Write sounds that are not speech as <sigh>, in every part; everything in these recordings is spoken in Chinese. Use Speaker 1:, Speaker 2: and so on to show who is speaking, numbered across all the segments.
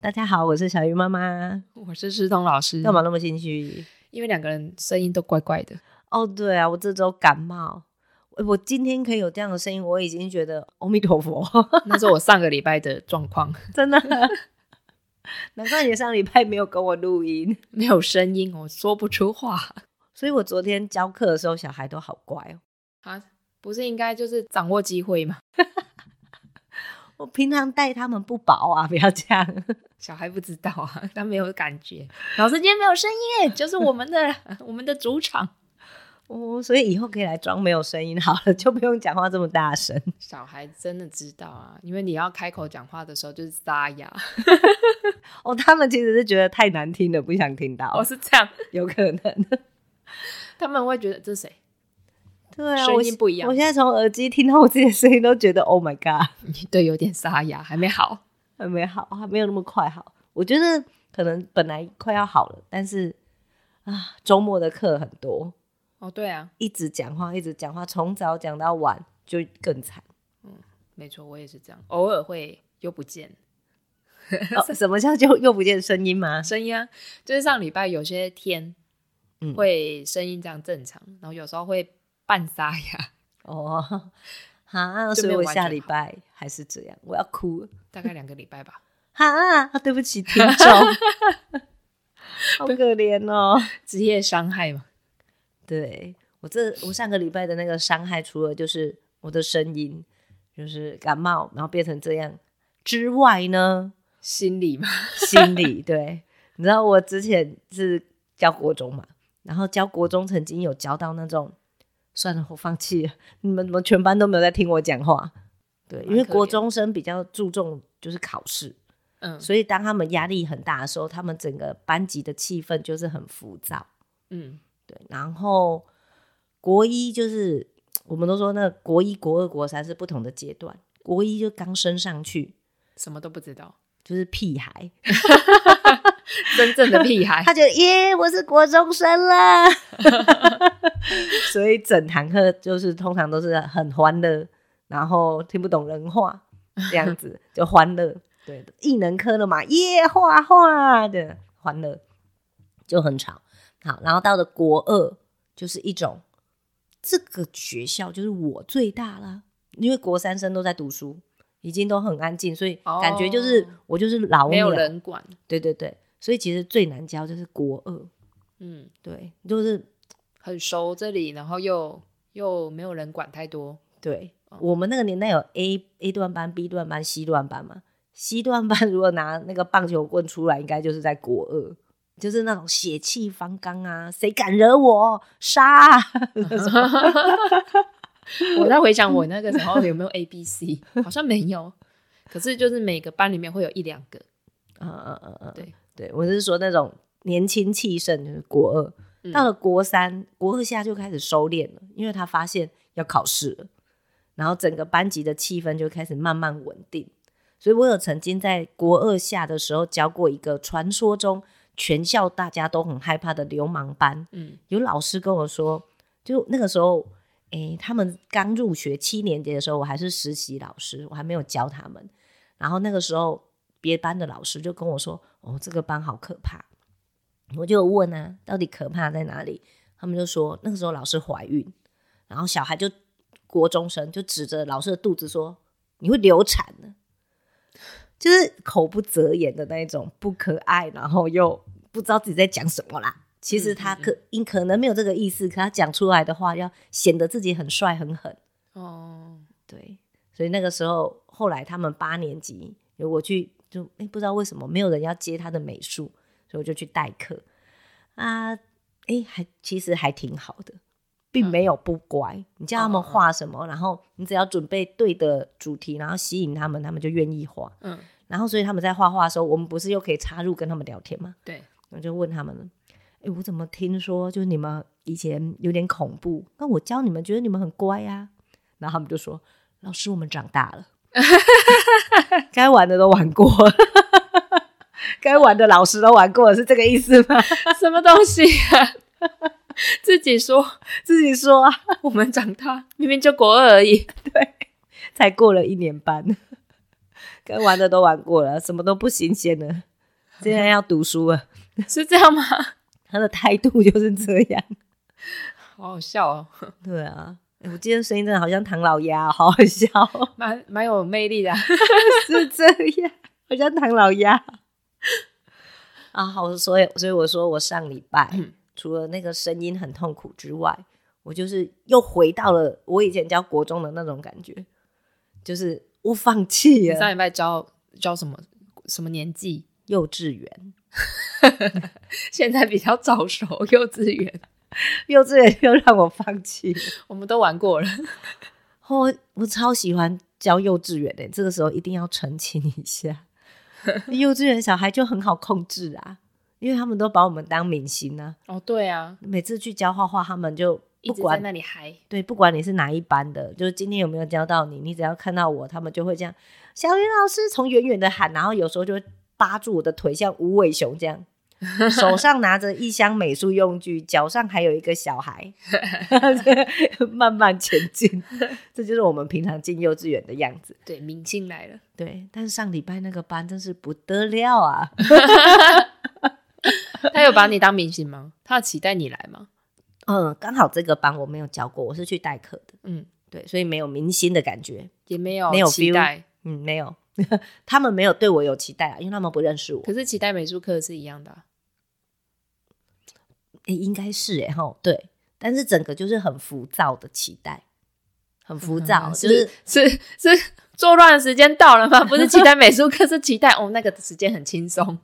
Speaker 1: 大家好，我是小鱼妈妈。
Speaker 2: <laughs> 我是志东老师，
Speaker 1: 干嘛？那么心虚？
Speaker 2: 因为两个人声音都怪怪的， <laughs>
Speaker 1: 哦，对啊，我这周感冒，我我今天可以有这样的声音，我已经觉得阿弥陀佛，
Speaker 2: 那是我上个礼拜的状况，
Speaker 1: <laughs>
Speaker 2: <laughs>
Speaker 1: 真的。 <laughs> 难怪你上礼拜没有跟我录音，
Speaker 2: 没有声音，我说不出话 <laughs>
Speaker 1: 所以我昨天教课的时候，小孩都好乖哦。
Speaker 2: 啊。不是应该就是掌握机会吗？
Speaker 1: 我平常带他们不薄啊，不要这样。 <laughs>
Speaker 2: 小孩不知道啊， <laughs> 他没有感觉。老师今天没有声音 <laughs> 耶，就是我们的 <laughs> 我们的主场。
Speaker 1: 哦，所以以后可以来装没有声音好了，就不用讲话这么大声。
Speaker 2: 小孩真的知道啊，因为你要开口讲话的时候就是沙 <laughs> 哑，
Speaker 1: 哦，他们其实是觉得太难听了，不想听到，
Speaker 2: 哦是这样，
Speaker 1: 有可 <laughs> 能。
Speaker 2: 他们会觉得这是谁？
Speaker 1: 对啊，
Speaker 2: 声
Speaker 1: 我
Speaker 2: 音
Speaker 1: 现
Speaker 2: 不一样
Speaker 1: 我现在从耳机听到我自己的声音，都觉得 Oh my God，
Speaker 2: 对，有点沙哑，还没好。
Speaker 1: 还没好，还没有那么快好。我觉得可能本来快要好了，但是啊，周末的课很多，
Speaker 2: 哦，对啊，
Speaker 1: 一直讲话，一直讲话，从早讲到晚，就更惨。
Speaker 2: 没错，我也是这样，偶尔会又不见。 <laughs>
Speaker 1: 哦、什么叫就又不见声音吗？
Speaker 2: 声音啊，就是上礼拜有些天
Speaker 1: 嗯
Speaker 2: 会声音这样正常，然后有时候会半沙哑，
Speaker 1: 哦，哈，
Speaker 2: 就
Speaker 1: 所
Speaker 2: 没
Speaker 1: 以
Speaker 2: 有
Speaker 1: 我
Speaker 2: 完
Speaker 1: 下
Speaker 2: 全
Speaker 1: 礼
Speaker 2: 好
Speaker 1: 拜还是这样，我要哭了。
Speaker 2: 大概两个礼拜吧。
Speaker 1: 哈，啊对不起，听众，好可怜哦。
Speaker 2: <laughs> 职业伤害嘛，
Speaker 1: 对我这我上个礼拜的那个伤害，除了就是我的声音，就是感冒，然后变成这样之外呢，
Speaker 2: 心理嘛，
Speaker 1: 心理对，你知道我之前是教国中嘛，然后教国中曾经有教到那种，算了，我放弃了，你们怎么全班都没有在听我讲话？对，因
Speaker 2: 蛮
Speaker 1: 为
Speaker 2: 可
Speaker 1: 国
Speaker 2: 怜
Speaker 1: 中生比较注重就是考试，
Speaker 2: 嗯
Speaker 1: 所以当他们压力很大的时候，他们整个班级的气氛就是很浮躁。
Speaker 2: 嗯，
Speaker 1: 对，然后国一就是我们都说那个国一、国二、国三是不同的阶段，国一就刚升上去
Speaker 2: 什么都不知 <laughs> 道，
Speaker 1: 就是屁孩，
Speaker 2: 真正的屁孩，
Speaker 1: 他就耶，我是国中生
Speaker 2: <laughs>
Speaker 1: 啦， <laughs> 所以整堂课就是通常都是很欢乐，然后听不懂人话这样子
Speaker 2: <laughs>
Speaker 1: 就欢乐，对的，艺能科了嘛，耶，画画的欢乐就很吵。好，然后到了国二就是一种这个学校就是我最大啦，因为国三生都在读书，已经都很安静，所以感觉就是、
Speaker 2: 哦
Speaker 1: 我就是老
Speaker 2: 没有
Speaker 1: 鸟
Speaker 2: 人管，
Speaker 1: 对对对，所以其实最难教就是国二，
Speaker 2: 嗯，
Speaker 1: 对，就是
Speaker 2: 很熟这里，然后又又没有人管太多，
Speaker 1: 对、我们那个年代有 A A 段班、B 段班、C 段班嘛。C 段班如 <laughs> 果拿那个棒球棍出来，应该就是在国二，就是那种血气方刚啊，谁敢惹我，杀、啊！
Speaker 2: <laughs> 我在回想我那个时候有没有 A B C，好像没有， <laughs> 可是就是每个班里面会有一两个，
Speaker 1: 嗯嗯嗯嗯，
Speaker 2: 对
Speaker 1: 对，我是说那种年轻气盛，就是国二。
Speaker 2: 嗯
Speaker 1: 到了国三，国二下就开始收敛了，因为他发现要考试了，然后整个班级的气氛就开始慢慢稳定。所以我有曾经在国二下的时候教过一个传说中全校大家都很害怕的流氓班，
Speaker 2: 嗯，
Speaker 1: 有老师跟我说，就那个时候，诶、他们刚入学七年级的时候，我还是实习老师，我还没有教他们。然后那个时候，别班的老师就跟我说：“哦，这个班好可怕。”我就有问啊，到底可怕在哪里？他们就说那个时候老师怀孕，然后小孩就国中生就指着老师的肚子说：“你会流产的。”就是口不择言的那一种，不可爱，然后又不知道自己在讲什么啦。其实他可应可能没有这个意思，可他讲出来的话要显得自己很帅很狠。
Speaker 2: 哦，
Speaker 1: 对，所以那个时候，后来他们八年级，有我去就哎、诶不知道为什么没有人要接他的美术，所以我就去代课啊，哎、还其实还挺好的，并没有不乖。你叫他们画什么，然后你只要准备对的主题，然后吸引他们，他们就愿意画。
Speaker 2: 嗯，
Speaker 1: 然后所以他们在画画的时候，我们不是又可以插入跟他们聊天吗？
Speaker 2: 对，
Speaker 1: 我就问他们，哎、我怎么听说就是你们以前有点恐怖？那我教你们，觉得你们很乖呀、然后他们就说，老师，我们长大了， <laughs> 该玩的都玩过了，该玩的老师都玩过了，是这个意思吗？ <laughs>
Speaker 2: <laughs> 什么东西啊？自己说，
Speaker 1: 自己说、啊，
Speaker 2: 我们长大明明就国二而已， <laughs>
Speaker 1: 才过了一年半，该玩的都玩过了，什么都不新鲜了。现在要读书了。
Speaker 2: 是这样吗？
Speaker 1: 他的态度就是这样。
Speaker 2: 好好笑哦，
Speaker 1: 对啊，诶我记得声音真的好像唐老鸭哦，好好笑哦，
Speaker 2: 蛮蛮有魅力的啊、
Speaker 1: 是这样，好像唐老鸭。啊，好，所以所以我说我上礼拜、
Speaker 2: 嗯
Speaker 1: 除了那个声音很痛苦之外，我就是又回到了我以前教国中的那种感觉，就是我放弃
Speaker 2: 你上
Speaker 1: 了
Speaker 2: 礼拜教教什么什么年纪？
Speaker 1: 幼稚园，
Speaker 2: 现在比较早熟，幼稚园
Speaker 1: 幼稚园又让我放弃了。
Speaker 2: 我们都玩过了。
Speaker 1: 我我超喜欢教幼稚园的，这个时候一定要澄清一 <laughs> 下，幼稚园小孩就很好控制啊，因为他们都把我们当明星啊，
Speaker 2: <laughs> 哦，对啊，
Speaker 1: 每次去教画画，他们就
Speaker 2: 一
Speaker 1: 不
Speaker 2: 直在
Speaker 1: 管
Speaker 2: 那里嗨，
Speaker 1: 对，不管你是哪一班的，就是今天有没有教到你，你只要看到我，他们就会这样，小云老师从远远的喊，然后有时候就会扒住我的腿，像无尾熊这
Speaker 2: <laughs>
Speaker 1: 样。手上拿着一箱美术用具，脚上还有一个小
Speaker 2: <laughs>
Speaker 1: 孩， <laughs> 慢慢前进。这就是我们平常进幼稚园的样子。
Speaker 2: 对，明星来了，
Speaker 1: 对，但是上礼拜那个班真是不得了啊！
Speaker 2: 他有把你当明星吗？他有期待你来吗？
Speaker 1: 嗯，刚好这个班我没有教过，我是去代课的，
Speaker 2: 嗯，
Speaker 1: 对，所以没有明星的感觉。
Speaker 2: 也没有
Speaker 1: 没有
Speaker 2: 期
Speaker 1: feel
Speaker 2: 待，
Speaker 1: 嗯，没有， <laughs> 他们没有对我有期待啊，因为他们不认识我。
Speaker 2: 可是期待美术课是一样的啊、
Speaker 1: 诶应该是哎哈，对，但是整个就是很浮躁的期待，很浮躁，
Speaker 2: 嗯
Speaker 1: 就是
Speaker 2: 是是是作乱的时间到了吗？不是期待美术课，是 <laughs> 期待哦，那个时间很轻松。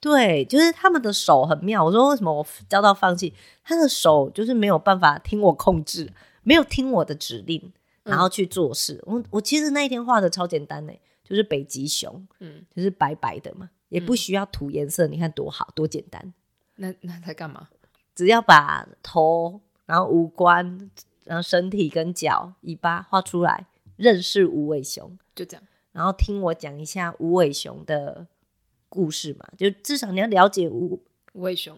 Speaker 1: 对，就是他们的手很妙。我说为什么我教到放弃，他的手就是没有办法听我控制，没有听我的指令，然后去做事。我我其实那一天画的超简单嘞、就是北极熊，
Speaker 2: 嗯，
Speaker 1: 就是白白的嘛，也不需要涂颜色，你看多好多简单。
Speaker 2: <laughs> 那那在干嘛？
Speaker 1: 只要把头，然后五官，然后身体跟脚、尾巴画出来，认识无尾熊，
Speaker 2: 就这样，
Speaker 1: 然后听我讲一下无尾熊的故事嘛，就至少你要了解无。
Speaker 2: 无尾熊，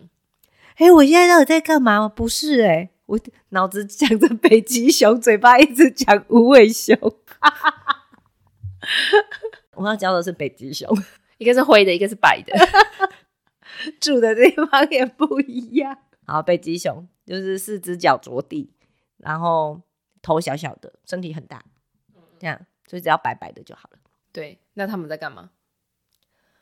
Speaker 1: 哎，我现在到底在干嘛？不是哎、我脑子讲着北极熊，嘴巴一直讲无尾熊。 <laughs> 我要教的是北极熊，
Speaker 2: 一个是灰的，一个是白的。
Speaker 1: 住的地方也不一样。 <laughs> 好，北极熊就是四只脚着地，然后头小小的，身体很大，这样，所以只要白白的就好了。
Speaker 2: <laughs> 对，那他们在干嘛？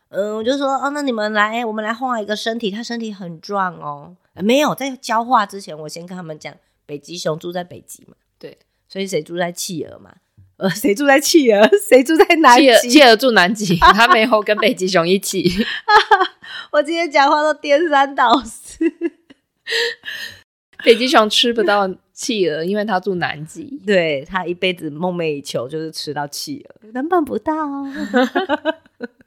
Speaker 1: 嗯，我就说哦，那你们来，我们来画一个身体，它身体很壮哦。呃没有，在教画之前，我先跟他们讲，北极熊住在北极嘛，
Speaker 2: 对，
Speaker 1: 所以谁住在企鹅嘛？呃，谁住在企鹅？ <laughs> 谁住在南
Speaker 2: 企鹅，
Speaker 1: 极？
Speaker 2: 企鹅住南 <laughs> 极，它没有跟北极熊一 <laughs> 起。
Speaker 1: <laughs> 我今天讲话都颠三倒四。
Speaker 2: 北极熊吃不到企鹅，因为它住南极。
Speaker 1: 对他一辈子梦寐以求就是吃到企鹅，但办不到、啊 <laughs>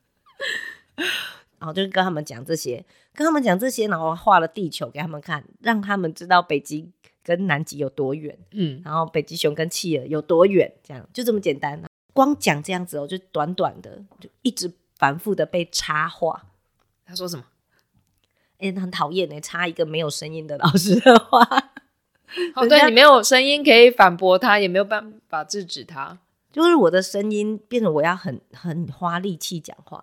Speaker 1: 然后就跟他们讲这些，跟他们讲这些，然后画了地球给他们看，让他们知道北极跟南极有多远，
Speaker 2: 嗯，
Speaker 1: 然后北极熊跟企鹅有多远，这样就这么简单。啊光讲这样子哦，就短短的，就一直反复的被插话，
Speaker 2: 他说什么？
Speaker 1: 哎、很讨厌哎，插一个没有声音的老师的话。
Speaker 2: 哦，
Speaker 1: 人家
Speaker 2: 对你没有声音可以反驳他，也没有办法制止他。
Speaker 1: 就是我的声音变得我要很很花力气讲话。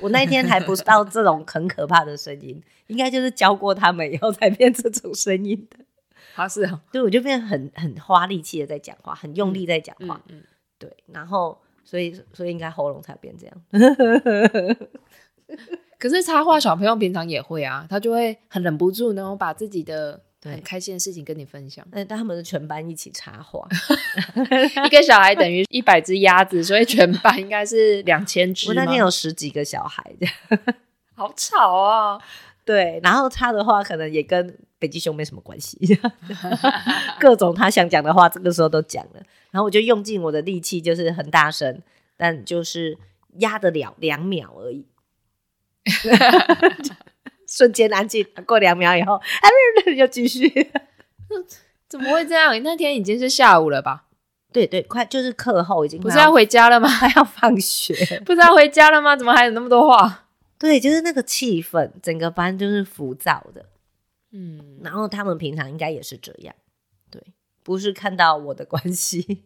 Speaker 1: 我那一天还不是到这种很可怕的声音，应该就是教过他们以后才变这种声音的。
Speaker 2: 他是哦
Speaker 1: 对，我就变得很很花力气的在讲话，很用力在讲话。
Speaker 2: 嗯嗯，
Speaker 1: 对，然后所以所以应该喉咙才变这样。
Speaker 2: 可是插画小朋友平常也会啊，他就会很忍不住，然后把自己的
Speaker 1: 对。
Speaker 2: 很开心的事情跟你分享 <laughs>
Speaker 1: 但但他们是全班一起插话，
Speaker 2: 一个小孩等于一百只鸭子，所以全班应该 <laughs> 是两千只
Speaker 1: 我那
Speaker 2: 吗
Speaker 1: 天有十几个小孩这样。
Speaker 2: 好吵啊！
Speaker 1: 对，然后他的话可能也跟北极熊没什么关
Speaker 2: <laughs>
Speaker 1: 系，各种他想讲的话，这个时候都讲了。然后我就用尽我的力气，就是很大声，但就是压得了两秒而已， <laughs> 瞬间安静。过两秒以后，哎，不是又继续。
Speaker 2: 怎么会这样？那天已经是下午了吧？
Speaker 1: 对对，快就是课后已经
Speaker 2: 不
Speaker 1: 快
Speaker 2: 是要
Speaker 1: 要
Speaker 2: 回家
Speaker 1: <laughs>
Speaker 2: 了吗？
Speaker 1: 快要放学，
Speaker 2: 不是要回家了吗？怎么还有那么多话？
Speaker 1: 对，就是那个气氛，整个班就是浮躁的。
Speaker 2: 嗯，
Speaker 1: 然后他们平常应该也是这样，对，不是看到我的关系。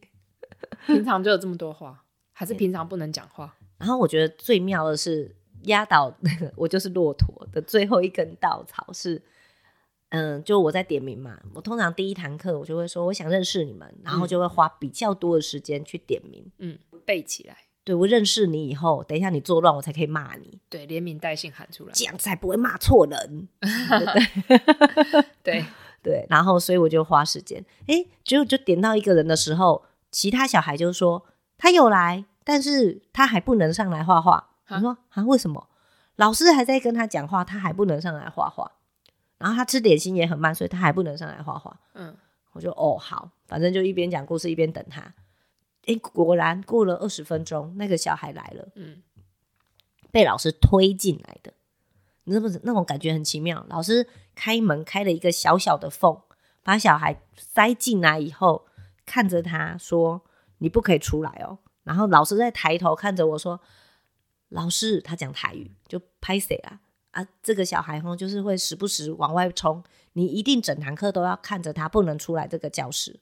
Speaker 2: 平常就有这么多话，还是平常不能讲话？
Speaker 1: 然后我觉得最妙的是，压倒 <laughs> 我就是骆驼的最后一根稻草是，嗯，就我在点名嘛，我通常第一堂课我就会说我想认识你们，然后就会花比较多的时间去点名。
Speaker 2: 嗯，背起来，
Speaker 1: 对我认识你以后，等一下你作乱，我才可以骂你，
Speaker 2: 对，连名带姓喊出来，
Speaker 1: 这样才不会骂错人。
Speaker 2: 对，
Speaker 1: 对，然后所以我就花时间，诶，结果就点到一个人的时候，其他小孩就说他有来，但是他还不能上来画画。我
Speaker 2: 啊
Speaker 1: 说啊，为什么？老师还在跟他讲话，他还不能上来画画。然后他吃点心也很慢，所以他还不能上来画画。
Speaker 2: 嗯，
Speaker 1: 我就哦好，反正就一边讲故事一边等他。诶，果然过了二十分钟，那个小孩来了，
Speaker 2: 嗯，
Speaker 1: 被老师推进来的，你知不知？那种感觉很奇妙。老师开门开了一个小小的缝，把小孩塞进来以后，看着他说：“你不可以出来哦。”然后老师在抬头看着我说：“老师，他讲台语，就拍谁啊？啊，这个小孩吼就是会时不时往外冲，你一定整堂课都要看着他，不能出来这个教室。”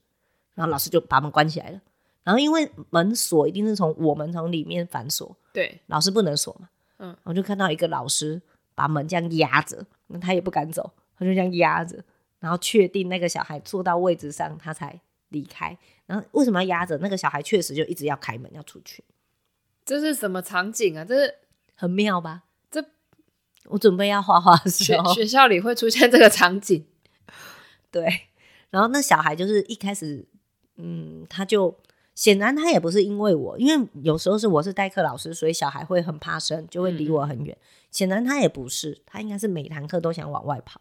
Speaker 1: 然后老师就把门关起来了。然后因为门锁一定是从我们从里面反锁，
Speaker 2: 对，
Speaker 1: 老师不能锁嘛，
Speaker 2: 嗯
Speaker 1: 嗯，我就看到一个老师把门这样压着，那他也不敢走，他就这样压着，然后确定那个小孩坐到位置上，他才离开。然后为什么要压着？那个小孩确实就一直要开门要出去，
Speaker 2: 这是什么场景啊？这是
Speaker 1: 很妙吧？
Speaker 2: 这
Speaker 1: 我准备要画画的时 <laughs>
Speaker 2: 学
Speaker 1: 候，
Speaker 2: 学校里会出现这个场景，
Speaker 1: 对，然后那小孩就是一开始，嗯，他就显然他也不是因为我，因为有时候是我是代课老师，所以小孩会很怕生，就会离
Speaker 2: 嗯
Speaker 1: 我很远。显然他也不是，他应该是每堂课都想往外跑。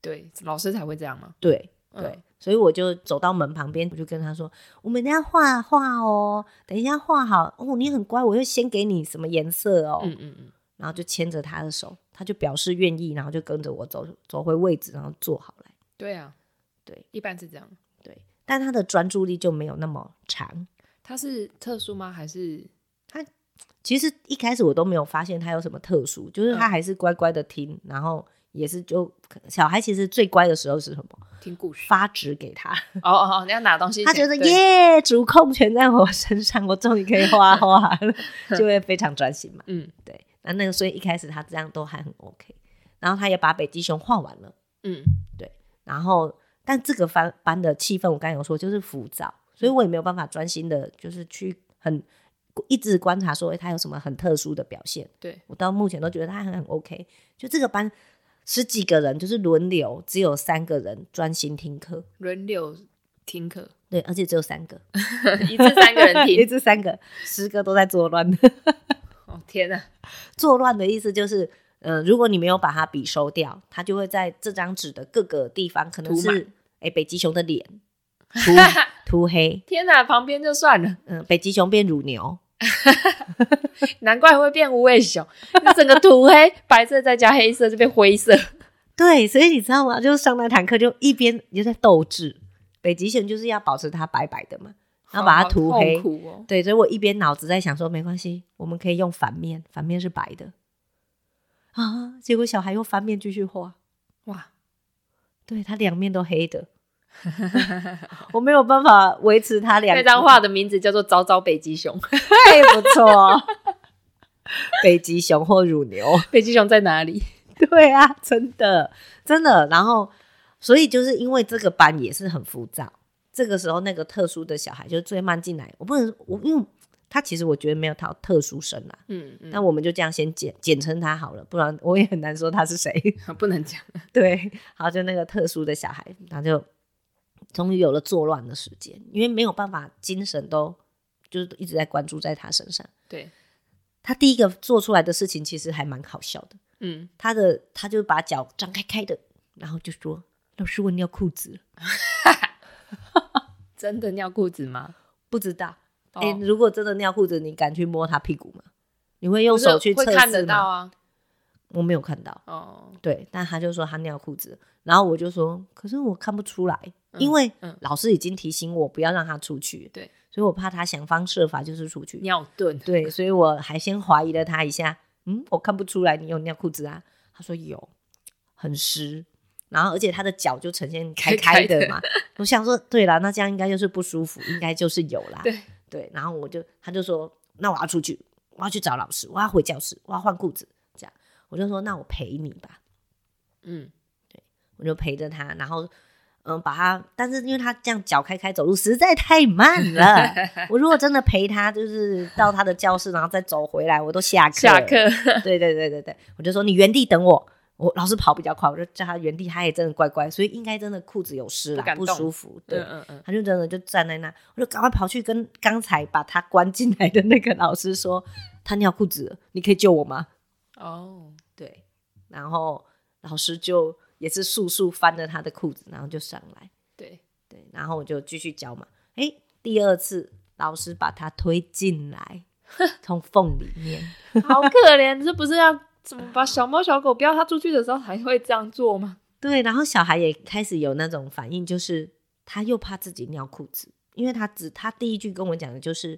Speaker 2: 对，老师才会这样吗？
Speaker 1: 对
Speaker 2: 嗯
Speaker 1: 对，所以我就走到门旁边，我就跟他说：“我们等一下画画哦，等一下画好哦，你很乖，我就先给你什么颜色哦。
Speaker 2: 嗯嗯嗯，
Speaker 1: 然后就牵着他的手，他就表示愿意，然后就跟着我走走回位置，然后坐好来。
Speaker 2: 对啊，
Speaker 1: 对，
Speaker 2: 一般是这样。
Speaker 1: 对，但他的专注力就没有那么长。
Speaker 2: 他是特殊吗？还是
Speaker 1: 其实一开始我都没有发现他有什么特殊，就是他
Speaker 2: 嗯
Speaker 1: 还是乖乖的听，然后也是就小孩其实最乖的时候是什么？
Speaker 2: 听故事？
Speaker 1: 发纸给他。
Speaker 2: <laughs> 哦哦哦，你要拿东西
Speaker 1: 他觉
Speaker 2: 前，
Speaker 1: 得
Speaker 2: 对，
Speaker 1: 耶，主控权在我身上，我终于可以画画了，
Speaker 2: <laughs>
Speaker 1: 就会非常专心嘛。
Speaker 2: 嗯
Speaker 1: 对，那那个所以一开始他这样都还很 OK，然后他也把北极熊画完了，
Speaker 2: 嗯，
Speaker 1: 然后但这个班班的气氛我刚才有说就是浮躁，
Speaker 2: 嗯
Speaker 1: 所以我也没有办法专心的，就是去很一直观察说诶他有什么很特殊的表现。
Speaker 2: 对，
Speaker 1: 我到目前都觉得他很很 OK，就这个班十几个人就是轮流，只有三个人专心听课，
Speaker 2: 轮流听课，
Speaker 1: 对，而且只有三个。
Speaker 2: <laughs> 一次三个
Speaker 1: <laughs>
Speaker 2: 人
Speaker 1: 一
Speaker 2: 听。
Speaker 1: 至三个，十个都在作乱。
Speaker 2: 哦天哪，
Speaker 1: <laughs>
Speaker 2: <laughs>
Speaker 1: 作乱的意思就是，呃，如果你没有把它笔收掉，它就会在这张纸的各个地方，可能
Speaker 2: 涂满
Speaker 1: 是哎、北极熊的
Speaker 2: <laughs>
Speaker 1: 脸涂涂黑，
Speaker 2: 天哪，旁边就算了，
Speaker 1: 嗯、北极熊变乳牛，
Speaker 2: 难怪会变无尾熊，那整个涂黑，白色再加黑色就变
Speaker 1: <laughs>
Speaker 2: 灰色。
Speaker 1: 对，所以你知道吗？就是上那堂课就一边也在斗智，北极熊就是要保持它白白的嘛，然后把它涂黑
Speaker 2: 好。痛苦哦。
Speaker 1: 对，所以我一边脑子在想说，没关系，我们可以用反面，反面是白的啊。结果小孩用翻面继续画，
Speaker 2: 哇，
Speaker 1: 对他两面都黑
Speaker 2: <laughs>
Speaker 1: 的，我没有办法维持他两
Speaker 2: 那张画的名字叫做《早早北极熊》， <laughs>
Speaker 1: 太不错，哦 <laughs> 北极熊或乳牛，
Speaker 2: 北极熊在哪里？
Speaker 1: <laughs> 对啊，真的真的。然后，所以就是因为这个班也是很浮躁，这个时候那个特殊的小孩就最慢进来，我不能我因为他其实我觉得没有讨特殊生啦，
Speaker 2: 嗯嗯，
Speaker 1: 那我们就这样先简简称他好了，不然我也很难说他是谁。 <laughs>
Speaker 2: 嗯不能讲。
Speaker 1: 对，好，就那个特殊的小孩，他就终于有了作乱的时间，因为没有办法，精神都就是一直在关注在他身上。
Speaker 2: 对，
Speaker 1: 他第一个做出来的事情其实还蛮好笑的，
Speaker 2: 嗯，
Speaker 1: 他的他就把脚张开开的，然后就说：“老师，我尿裤子了。
Speaker 2: 真的尿裤子吗？”
Speaker 1: 不知道，
Speaker 2: 哦
Speaker 1: 哎、如果真的尿裤子，你敢去摸他屁股吗？你会用
Speaker 2: 不是
Speaker 1: 手去测
Speaker 2: 会看
Speaker 1: 试
Speaker 2: 得到
Speaker 1: 吗？
Speaker 2: 啊。
Speaker 1: 我没有看到。
Speaker 2: 哦，
Speaker 1: 对，但他就说他尿裤子，然后我就说，可是我看不出来，
Speaker 2: 嗯
Speaker 1: 因为
Speaker 2: 嗯
Speaker 1: 老师已经提醒我不要让他出去，
Speaker 2: 对，
Speaker 1: 所以我怕他想方设法就是出去，
Speaker 2: 尿遁。
Speaker 1: 对，所以我还先怀疑了他一下，嗯，我看不出来你有尿裤子啊，他说有，很湿，然后而且他的脚就呈现开
Speaker 2: 开
Speaker 1: 开
Speaker 2: 开的
Speaker 1: 的嘛，我想说，对啦，那这样应该就是不舒服，应该就是有啦，
Speaker 2: <laughs> 对
Speaker 1: 对，然后我就他就说，那我要出去，我要去找老师，我要回教室，我要换裤子，这样我就说那我陪你吧，
Speaker 2: 嗯，
Speaker 1: 我就陪着他，然后嗯把他，但是因为他这样脚开开走路实在太慢
Speaker 2: <laughs>
Speaker 1: 了，我如果真的陪他，就是到他的教室，然后再走回来，我都下课
Speaker 2: 下课
Speaker 1: 对对对对对，我就说你原地等我。我老师跑比较快，我就叫他原地，他也真的乖乖，所以应该真的裤子有湿
Speaker 2: 不
Speaker 1: 啦，
Speaker 2: 敢
Speaker 1: 不
Speaker 2: 动
Speaker 1: 舒服。对，
Speaker 2: 嗯嗯嗯，
Speaker 1: 他就真的就站在那，我就赶快跑去跟刚才把他关进来的那个老师说，他尿裤子了，你可以救我吗？
Speaker 2: 哦，
Speaker 1: 对，然后老师就也是速速翻着他的裤子，然后就上来，
Speaker 2: 对，
Speaker 1: 对，然后我就继续教嘛。诶，第二次老师把他推进来，从缝里面，
Speaker 2: <laughs> 好可怜，这不是要怎么把小猫小狗不要它出去的时候还会这样做吗？
Speaker 1: 对，然后小孩也开始有那种反应，就是他又怕自己尿裤子，因为他只他第一句跟我讲的就是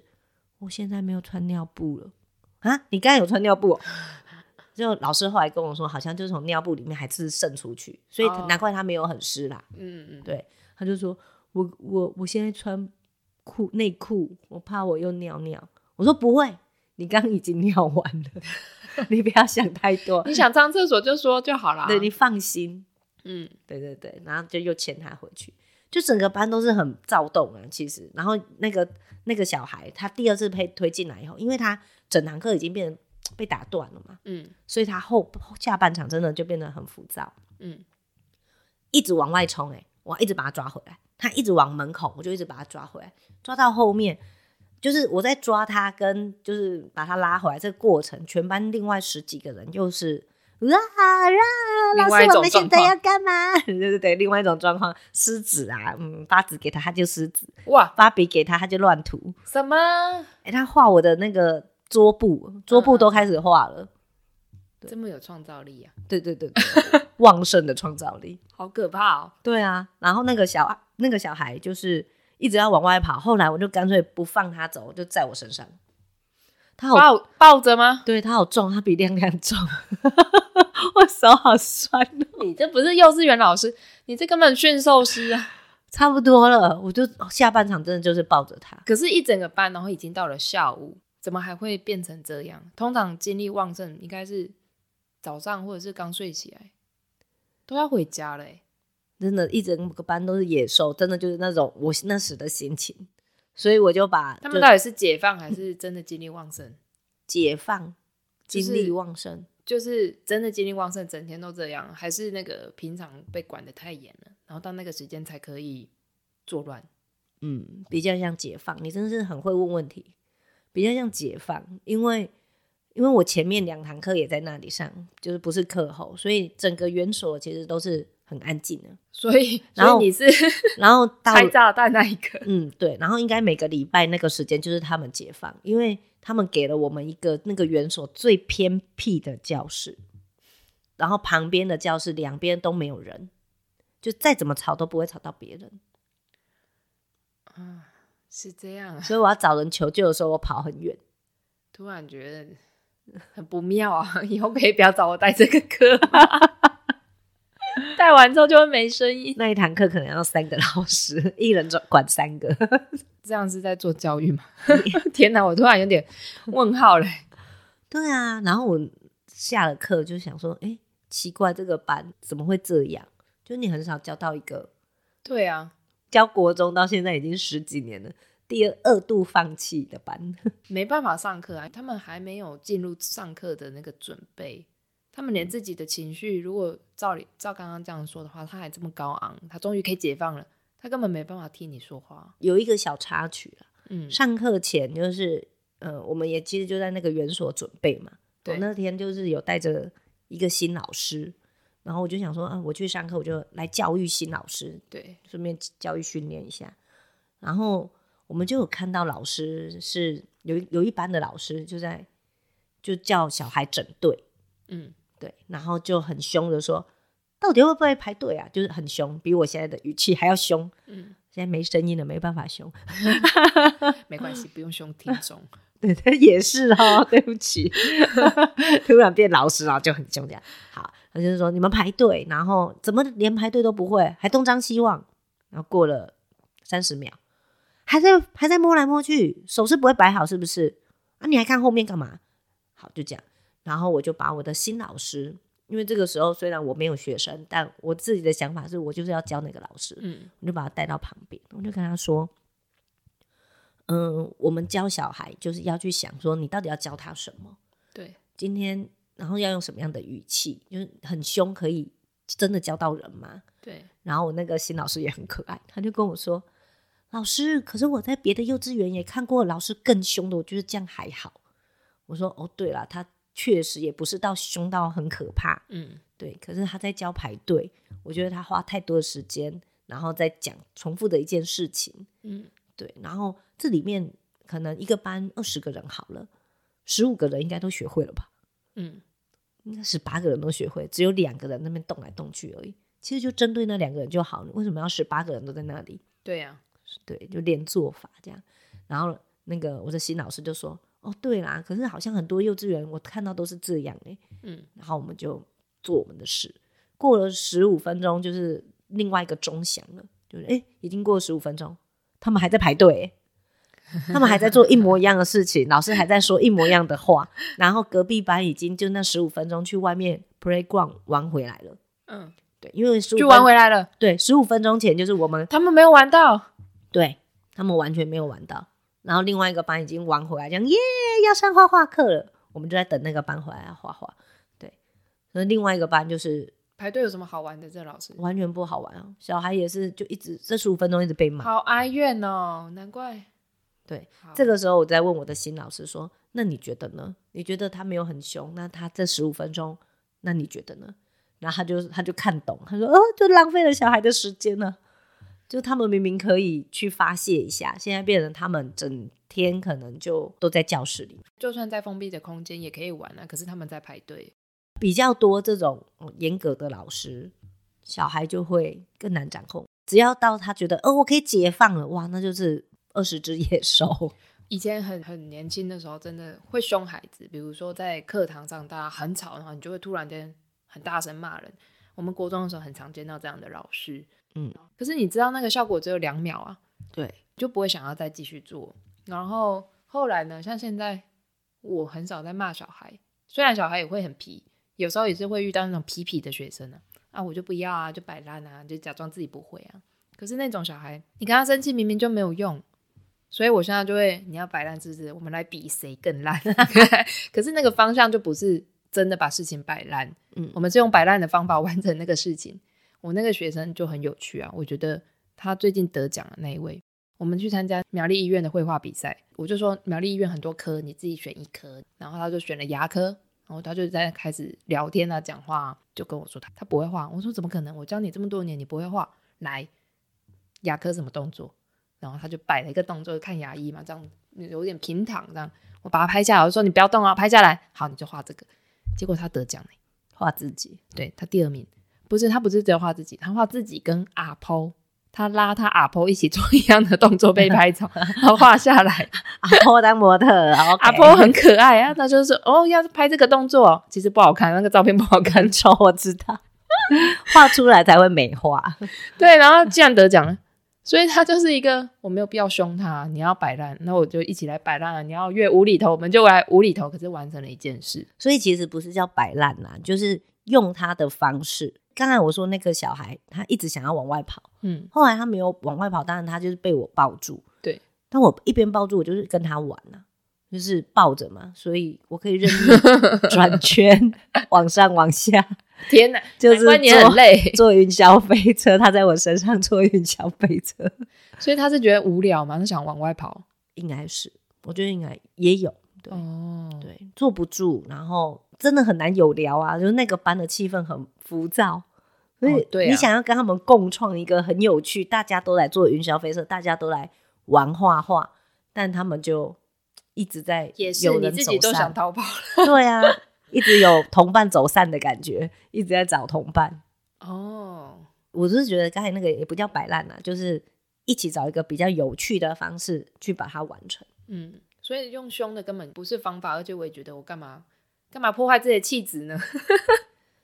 Speaker 1: 我现在没有穿尿布了啊，你刚才有穿尿布、哦？ <laughs> 就老师后来跟我说，好像就是从尿布里面还是渗出去，所以
Speaker 2: 哦
Speaker 1: 难怪他没有很湿啦。
Speaker 2: 嗯嗯
Speaker 1: 对，他就说我我我现在穿裤内裤，我怕我又尿尿。我说不会，你刚已经尿完了， <laughs> 你不要想太多
Speaker 2: 嗯，，你想上厕所就说就好啦。
Speaker 1: 对你放心。
Speaker 2: 嗯，
Speaker 1: 对对对，然后就又牵他回去，就整个班都是很躁动啊，其实。然后那个那个小孩，他第二次被推进来以后，因为他整堂课已经变成被打断了嘛，
Speaker 2: 嗯
Speaker 1: 所以他后后下半场真的就变得很浮躁，
Speaker 2: 嗯，
Speaker 1: 一直往外冲、欸，我一直把他抓回来，他一直往门口，我就一直把他抓回来，抓到后面。就是我在抓他跟就是把他拉回来这个过程，全班另外十几个人又是啊啊，
Speaker 2: 另
Speaker 1: 老
Speaker 2: 外
Speaker 1: 师，
Speaker 2: 一
Speaker 1: 我
Speaker 2: 种
Speaker 1: 们
Speaker 2: 状
Speaker 1: 现在
Speaker 2: 况
Speaker 1: 要干嘛？对对对，另外一种状况，狮子啊，嗯，发纸给他他就狮子，
Speaker 2: 哇，
Speaker 1: 发笔给他他就乱涂。
Speaker 2: 什么
Speaker 1: 哎，他画我的那个桌布，桌布都开始画了。
Speaker 2: 这么有创造力啊，
Speaker 1: 对对对，对旺盛的创造力。
Speaker 2: 好可怕哦！
Speaker 1: 对啊，然后那个小那个小孩就是一直要往外跑，后来我就干脆不放他走，就在我身上。他好
Speaker 2: 抱抱着吗？
Speaker 1: 对他好重，他比亮亮重， <laughs> 我手好酸哦。
Speaker 2: 你这不是幼稚园老师，你这根本驯兽师啊！
Speaker 1: 差不多了，我就哦下半场真的就是抱着他。
Speaker 2: 可是，一整个班，然后已经到了下午，怎么还会变成这样？通常精力旺盛应该是早上或者是刚睡起来，都要回家了欸、
Speaker 1: 真的，一整个班都是野兽，真的就是那种我那时的心情，所以我就把
Speaker 2: 他
Speaker 1: 就
Speaker 2: 们到底是解放还是真的精力旺盛？
Speaker 1: 解放、
Speaker 2: 就是
Speaker 1: 精力旺盛，
Speaker 2: 就是真的精力旺盛，整天都这样，还是那个平常被管得太严了，然后到那个时间才可以作乱？
Speaker 1: 嗯，比较像解放。你真的是很会问问题，比较像解放，因为因为我前面两堂课也在那里上，就是不是课后，所以整个园所其实都是很安静的。
Speaker 2: 所以，
Speaker 1: 然后
Speaker 2: 所以你是
Speaker 1: 然后
Speaker 2: <laughs>
Speaker 1: 到
Speaker 2: 拆炸弹那一个，
Speaker 1: 嗯，对，然后应该每个礼拜那个时间就是他们解放，因为他们给了我们一个那个园所最偏僻的教室，然后旁边的教室两边都没有人，就再怎么吵都不会吵到别人，
Speaker 2: 啊，是这样啊，
Speaker 1: 所以我要找人求救的时候，我跑很远。
Speaker 2: 突然觉得很不妙啊！ <laughs> 以后可以不要找我带这个课吗， <laughs> 带完之后就会没声音。
Speaker 1: 那一堂课可能要三个老师，一人转管三个。 <laughs>
Speaker 2: 这样是在做教育吗？天哪，我突然有点问号嘞。
Speaker 1: 对啊，然后我下了课就想说，哎，奇怪，这个班怎么会这样？就你很少教到一个
Speaker 2: 对啊，
Speaker 1: 教国中到现在已经十几年了，第二二度放弃的班。 <laughs>
Speaker 2: 没办法上课啊，他们还没有进入上课的那个准备，他们连自己的情绪，如果照理照刚刚这样说的话，他还这么高昂，他终于可以解放了，他根本没办法替你说话。
Speaker 1: 有一个小插曲啦，
Speaker 2: 嗯，
Speaker 1: 上课前就是，呃，我们也其实就在那个园所准备嘛。
Speaker 2: 对
Speaker 1: 我那天就是有带着一个新老师，然后我就想说，啊，我去上课我就来教育新老师，
Speaker 2: 对，
Speaker 1: 顺便教育训练一下。然后我们就有看到老师是有一有一班的老师就在就叫小孩整队，
Speaker 2: 嗯，
Speaker 1: 对，然后就很凶的说，到底会不会排队啊？就是很凶，比我现在的语气还要凶。
Speaker 2: 嗯，
Speaker 1: 现在没声音了，没办法凶。
Speaker 2: 没关系，不用凶听众。
Speaker 1: 对，他也是哦， <laughs> 对不起，突然变老实，然后就很凶这样。好，他就是说你们排队，然后怎么连排队都不会，还东张西望，然后过了三十秒，还在还在摸来摸去，手势不会摆好是不是？啊，你还看后面干嘛？好，就这样。然后我就把我的新老师，因为这个时候虽然我没有学生，但我自己的想法是我就是要教那个老师，
Speaker 2: 嗯
Speaker 1: 我就把他带到旁边，我就跟他说：“嗯，我们教小孩就是要去想说，你到底要教他什么？
Speaker 2: 对，
Speaker 1: 今天，然后要用什么样的语气？就是很凶，可以真的教到人吗？”
Speaker 2: 对，
Speaker 1: 然后我那个新老师也很可爱，他就跟我说：“老师，可是我在别的幼稚园也看过老师更凶的，我觉得这样还好。”我说：“哦，对了，他确实也不是到凶到很可怕，
Speaker 2: 嗯，
Speaker 1: 对。可是他在教排队，我觉得他花太多的时间，然后再讲重复的一件事情，
Speaker 2: 嗯，
Speaker 1: 对。然后这里面可能一个班二十个人好了，十五个人应该都学会了吧？
Speaker 2: 嗯，
Speaker 1: 应该十八个人都学会，只有两个人那边动来动去而已。其实就针对那两个人就好，你为什么要十八个人都在那里？
Speaker 2: 对呀、
Speaker 1: 对，就练做法这样。然后那个我的新老师就说：“哦，对啦，可是好像很多幼稚园我看到都是这样欸诶、
Speaker 2: 嗯，
Speaker 1: 然后我们就做我们的事。过了十五分钟，就是另外一个钟响了，就是诶，已经过了十五分钟，他们还在排队诶、他们还在做一模一样的事情，老师还在说一模一样的话，然后隔壁班已经就那十五分钟去外面 playground 玩回来了。
Speaker 2: 嗯，
Speaker 1: 对，因为十
Speaker 2: 就
Speaker 1: 五
Speaker 2: 玩回来了，
Speaker 1: 对十五分钟前就是我们
Speaker 2: 他们没有玩到，
Speaker 1: 对他们完全没有玩到，然后另外一个班已经玩回来，讲耶要上画画课了，我们就在等那个班回来画画。对，那另外一个班就是
Speaker 2: 排队有什么好玩的？这老师
Speaker 1: 完全不好玩啊，小孩也是就一直这十五分钟一直被骂。
Speaker 2: 好哀怨哦，难怪
Speaker 1: 对，
Speaker 2: 好
Speaker 1: 这个时候我在问我的新老师说：“那你觉得呢？你觉得他没有很凶？那他这十五分钟，那你觉得呢？”然后他就他就看懂，他说：“哦，就浪费了小孩的时间呢。就他们明明可以去发泄一下，现在变成他们整天可能就都在教室里，
Speaker 2: 就算在封闭的空间也可以玩啊，可是他们在排队，
Speaker 1: 比较多这种嗯严格的老师，小孩就会更难掌控。只要到他觉得，哦，我可以解放了，哇，那就是二十只野兽。
Speaker 2: 以前很很年轻的时候，真的会凶孩子，比如说在课堂上大家很吵，然后你就会突然间很大声骂人。我们国中的时候很常见到这样的老师，
Speaker 1: 嗯，
Speaker 2: 可是你知道那个效果只有两秒啊，
Speaker 1: 对，
Speaker 2: 就不会想要再继续做。然后后来呢，像现在我很少在骂小孩，虽然小孩也会很皮，有时候也是会遇到那种皮皮的学生啊，啊，我就不要啊，就摆烂啊，就假装自己不会啊。可是那种小孩，你跟他生气明明就没有用，所以我现在就会，你要摆烂是不是？我们来比谁更烂。啊 <laughs> 可是那个方向就不是真的把事情摆烂，
Speaker 1: 嗯
Speaker 2: 我们是用摆烂的方法完成那个事情。我那个学生就很有趣啊，我觉得他最近得奖的那一位，我们去参加苗栗医院的绘画比赛，我就说苗栗医院很多科，你自己选一科，然后他就选了牙科，然后他就在开始聊天啊，讲话啊、就跟我说他他不会画，我说怎么可能？我教你这么多年，你不会画，来牙科什么动作？然后他就摆了一个动作，看牙医嘛，这样有点平躺这样，我把它拍下来，我就说你不要动啊，拍下来，好，你就画这个。结果他得奖了。
Speaker 1: 画自己，
Speaker 2: 对他第二名，不是他不是只有画自己，他画自己跟阿抛，他拉他阿抛一起做一样的动作被拍 <laughs> 照，然后画下来。
Speaker 1: 阿婆当模特 <laughs> 儿，
Speaker 2: 阿
Speaker 1: 婆
Speaker 2: 抛很可爱啊，他就是哦，要是拍这个动作，其实不好看，那个照片不好看 <laughs>
Speaker 1: 很。丑，我知 <laughs> 道，画出来才会美化。
Speaker 2: 对，然后既然得奖了。所以他就是一个，我没有必要凶他，你要摆烂，那我就一起来摆烂啊！你要越无厘头，我们就来无厘头。可是完成了一件事，
Speaker 1: 所以其实不是叫摆烂啦，就是用他的方式。刚才我说那个小孩，他一直想要往外跑，
Speaker 2: 嗯，
Speaker 1: 后来他没有往外跑，当然他就是被我抱住。
Speaker 2: 对，
Speaker 1: 但我一边抱住，我就是跟他玩啊，就是抱着嘛，所以我可以任 <laughs> 意转圈，往上往下，
Speaker 2: 天哪，
Speaker 1: 就是
Speaker 2: 难怪你很
Speaker 1: 做
Speaker 2: 累，
Speaker 1: 坐云霄飞车，他在我身上坐云霄飞车，
Speaker 2: <laughs> 所以他是觉得无聊嘛，他想往外跑。
Speaker 1: 应该是，我觉得应该也有。对
Speaker 2: 哦，
Speaker 1: 对，坐不住，然后真的很难有聊啊，就是那个班的气氛很浮躁，所以
Speaker 2: 哦对啊
Speaker 1: 你想要跟他们共创一个很有趣，大家都来做云霄飞车，大家都来玩画画，但他们就一直在
Speaker 2: 也是
Speaker 1: 有
Speaker 2: 你
Speaker 1: 人
Speaker 2: 自
Speaker 1: 走
Speaker 2: 己都想
Speaker 1: 散，
Speaker 2: 逃跑了。
Speaker 1: 对啊，一直有同伴走散的感觉，一直在找同伴。
Speaker 2: 哦，
Speaker 1: 我是觉得刚才那个也不叫摆烂啦、就是一起找一个比较有趣的方式去把它完成。
Speaker 2: 嗯，所以用凶的根本不是方法，而且我也觉得我干嘛干嘛破坏自己的气质呢？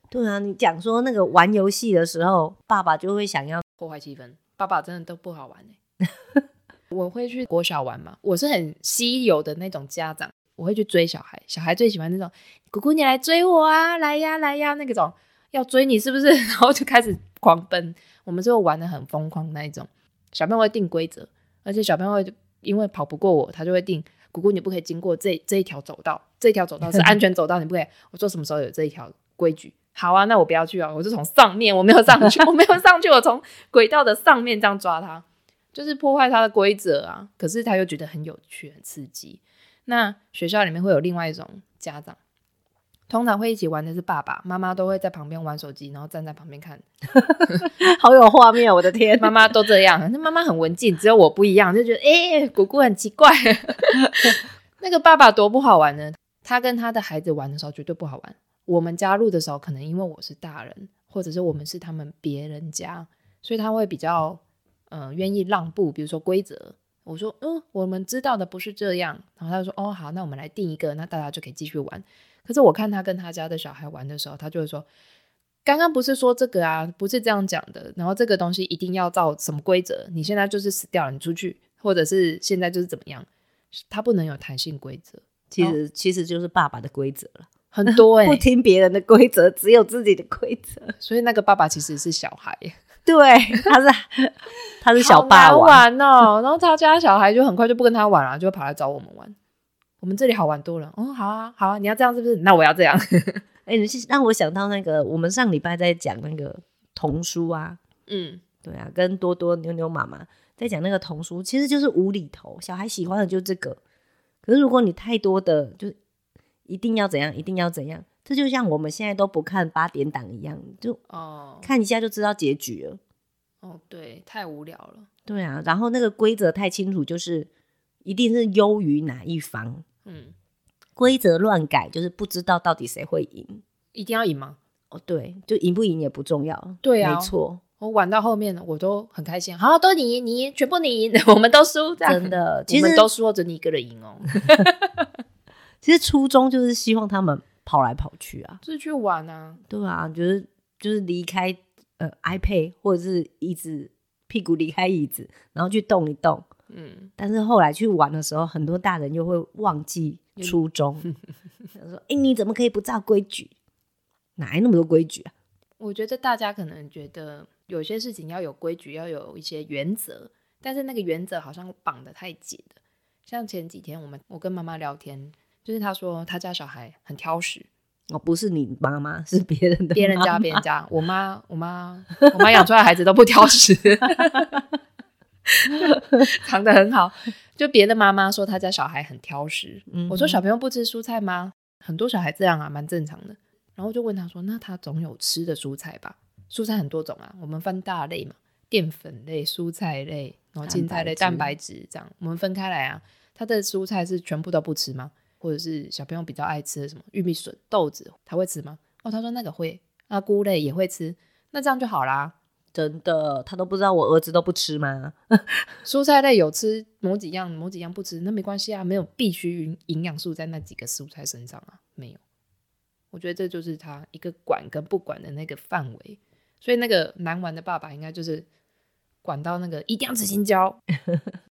Speaker 1: 对啊，你讲说那个玩游戏的时候，爸爸就会想要。
Speaker 2: 破坏气氛，爸爸真的都不欸 <laughs> 好玩哎、我会去国小玩嘛，我是很稀有的那种家长，我会去追小孩，小孩最喜欢那种“姑姑你来追我啊，来呀来呀”那种要追你是不是？ <laughs> 然后就开始狂奔。我们就玩的很疯狂那一种。小朋友会定规则，而且小朋友会因为跑不过我，他就会定“姑姑你不可以经过这这一条走道，这条走道是安全走道，你不可以”。我说什么时候有这一条规矩？好啊，那我不要去啊，我就从上面，我没有上去， <laughs> 我没有上去，我从轨道的上面这样抓他，就是破坏他的规则啊。可是他又觉得很有趣，很刺激。那学校里面会有另外一种家长，通常会一起玩的是爸爸妈妈都会在旁边玩手机，然后站在旁边看。
Speaker 1: <laughs> 好有画面，我的天！
Speaker 2: 妈妈都这样，那妈妈很文静，只有我不一样，就觉得哎、欸，姑姑很奇怪。 <laughs> 那个爸爸多不好玩呢，他跟他的孩子玩的时候绝对不好玩。我们加入的时候，可能因为我是大人，或者是我们是他们别人家，所以他会比较嗯、呃愿意让步，比如说规则。我说，嗯，我们知道的不是这样，然后他就说，哦，好，那我们来定一个，那大家就可以继续玩。可是我看他跟他家的小孩玩的时候，他就会说，刚刚不是说这个啊，不是这样讲的，然后这个东西一定要照什么规则，你现在就是死掉了，你出去，或者是现在就是怎么样，他不能有弹性规则，
Speaker 1: 其实、其实就是爸爸的规则了，
Speaker 2: 很多
Speaker 1: <laughs>
Speaker 2: 哎、
Speaker 1: 不听别人的规则，只有自己的规则。
Speaker 2: 所以那个爸爸其实是小孩，欸
Speaker 1: 对， <laughs> 他是他是小霸
Speaker 2: 好
Speaker 1: 王，
Speaker 2: 难玩哦。然后他家小孩就很快就不跟他玩了，就跑来找我们玩。我们这里好玩多了。哦，好啊，好啊，你要这样是不是？那我要这样。 <laughs>
Speaker 1: 哎、你是让我想到那个我们上礼拜在讲那个童书啊，
Speaker 2: 嗯，
Speaker 1: 对啊，跟多多妞妞妈妈在讲那个童书，其实就是无厘头，小孩喜欢的就是这个。可是如果你太多的，就一定要怎样，一定要怎样，这就像我们现在都不看八点档一样，就
Speaker 2: 哦，
Speaker 1: 看一下就知道结局了。
Speaker 2: 哦，对，太无聊了。
Speaker 1: 对啊，然后那个规则太清楚，就是一定是优于哪一方，
Speaker 2: 嗯，
Speaker 1: 规则乱改就是不知道到底谁会赢。
Speaker 2: 一定要赢吗？
Speaker 1: 哦，对，就赢不赢也不重要，
Speaker 2: 对啊
Speaker 1: 没错，
Speaker 2: 我玩到后面我都很开心，好，都你赢，你赢，全部你赢， <laughs> 我们都输，这样
Speaker 1: 真的，
Speaker 2: <laughs> 我
Speaker 1: 其实
Speaker 2: 们都输，或者你一个人赢哦，
Speaker 1: 其实初衷就是希望他们跑来跑去啊，
Speaker 2: <laughs> 就是去玩啊，
Speaker 1: 对啊，就是就是离开呃 iPad 或者是椅子，屁股离开椅子，然后去动一动。
Speaker 2: 嗯，
Speaker 1: 但是后来去玩的时候，很多大人又会忘记初
Speaker 2: <laughs>
Speaker 1: 衷，他说：“哎、你怎么可以不照规矩？哪来那么多规矩啊？
Speaker 2: 我觉得大家可能觉得有些事情要有规矩，要有一些原则，但是那个原则好像绑得太紧了。像前几天我们我跟妈妈聊天，就是她说她家小孩很挑食，
Speaker 1: 哦，不是你妈妈， <laughs> 是别人的
Speaker 2: 别人
Speaker 1: 妈
Speaker 2: 家
Speaker 1: 妈
Speaker 2: 别人家，我妈我妈我妈养出来的孩子都不挑食， <laughs> 藏得很好。就别的妈妈说她家小孩很挑食，
Speaker 1: 嗯
Speaker 2: 我说小朋友不吃蔬菜吗？很多小孩这样啊，蛮正常的。然后就问他说，那他总有吃的蔬菜吧？蔬菜很多种啊，我们分大类嘛，淀粉类、蔬菜类，然后青菜类、蛋
Speaker 1: 蛋
Speaker 2: 白
Speaker 1: 白
Speaker 2: 质这样，我们分开来啊。他的蔬菜是全部都不吃吗？或者是小朋友比较爱吃的什么玉米笋、豆子，他会吃吗？哦，他说那个会，啊，菇类也会吃，那这样就好啦。
Speaker 1: 真的，他都不知道我儿子都不吃吗？
Speaker 2: 蔬菜类有吃某几样，某几样不吃，那没关系啊，没有必须营营养素在那几个蔬菜身上啊，没有。我觉得这就是他一个管跟不管的那个范围，所以那个难玩的爸爸应该就是管到那个一定要吃青椒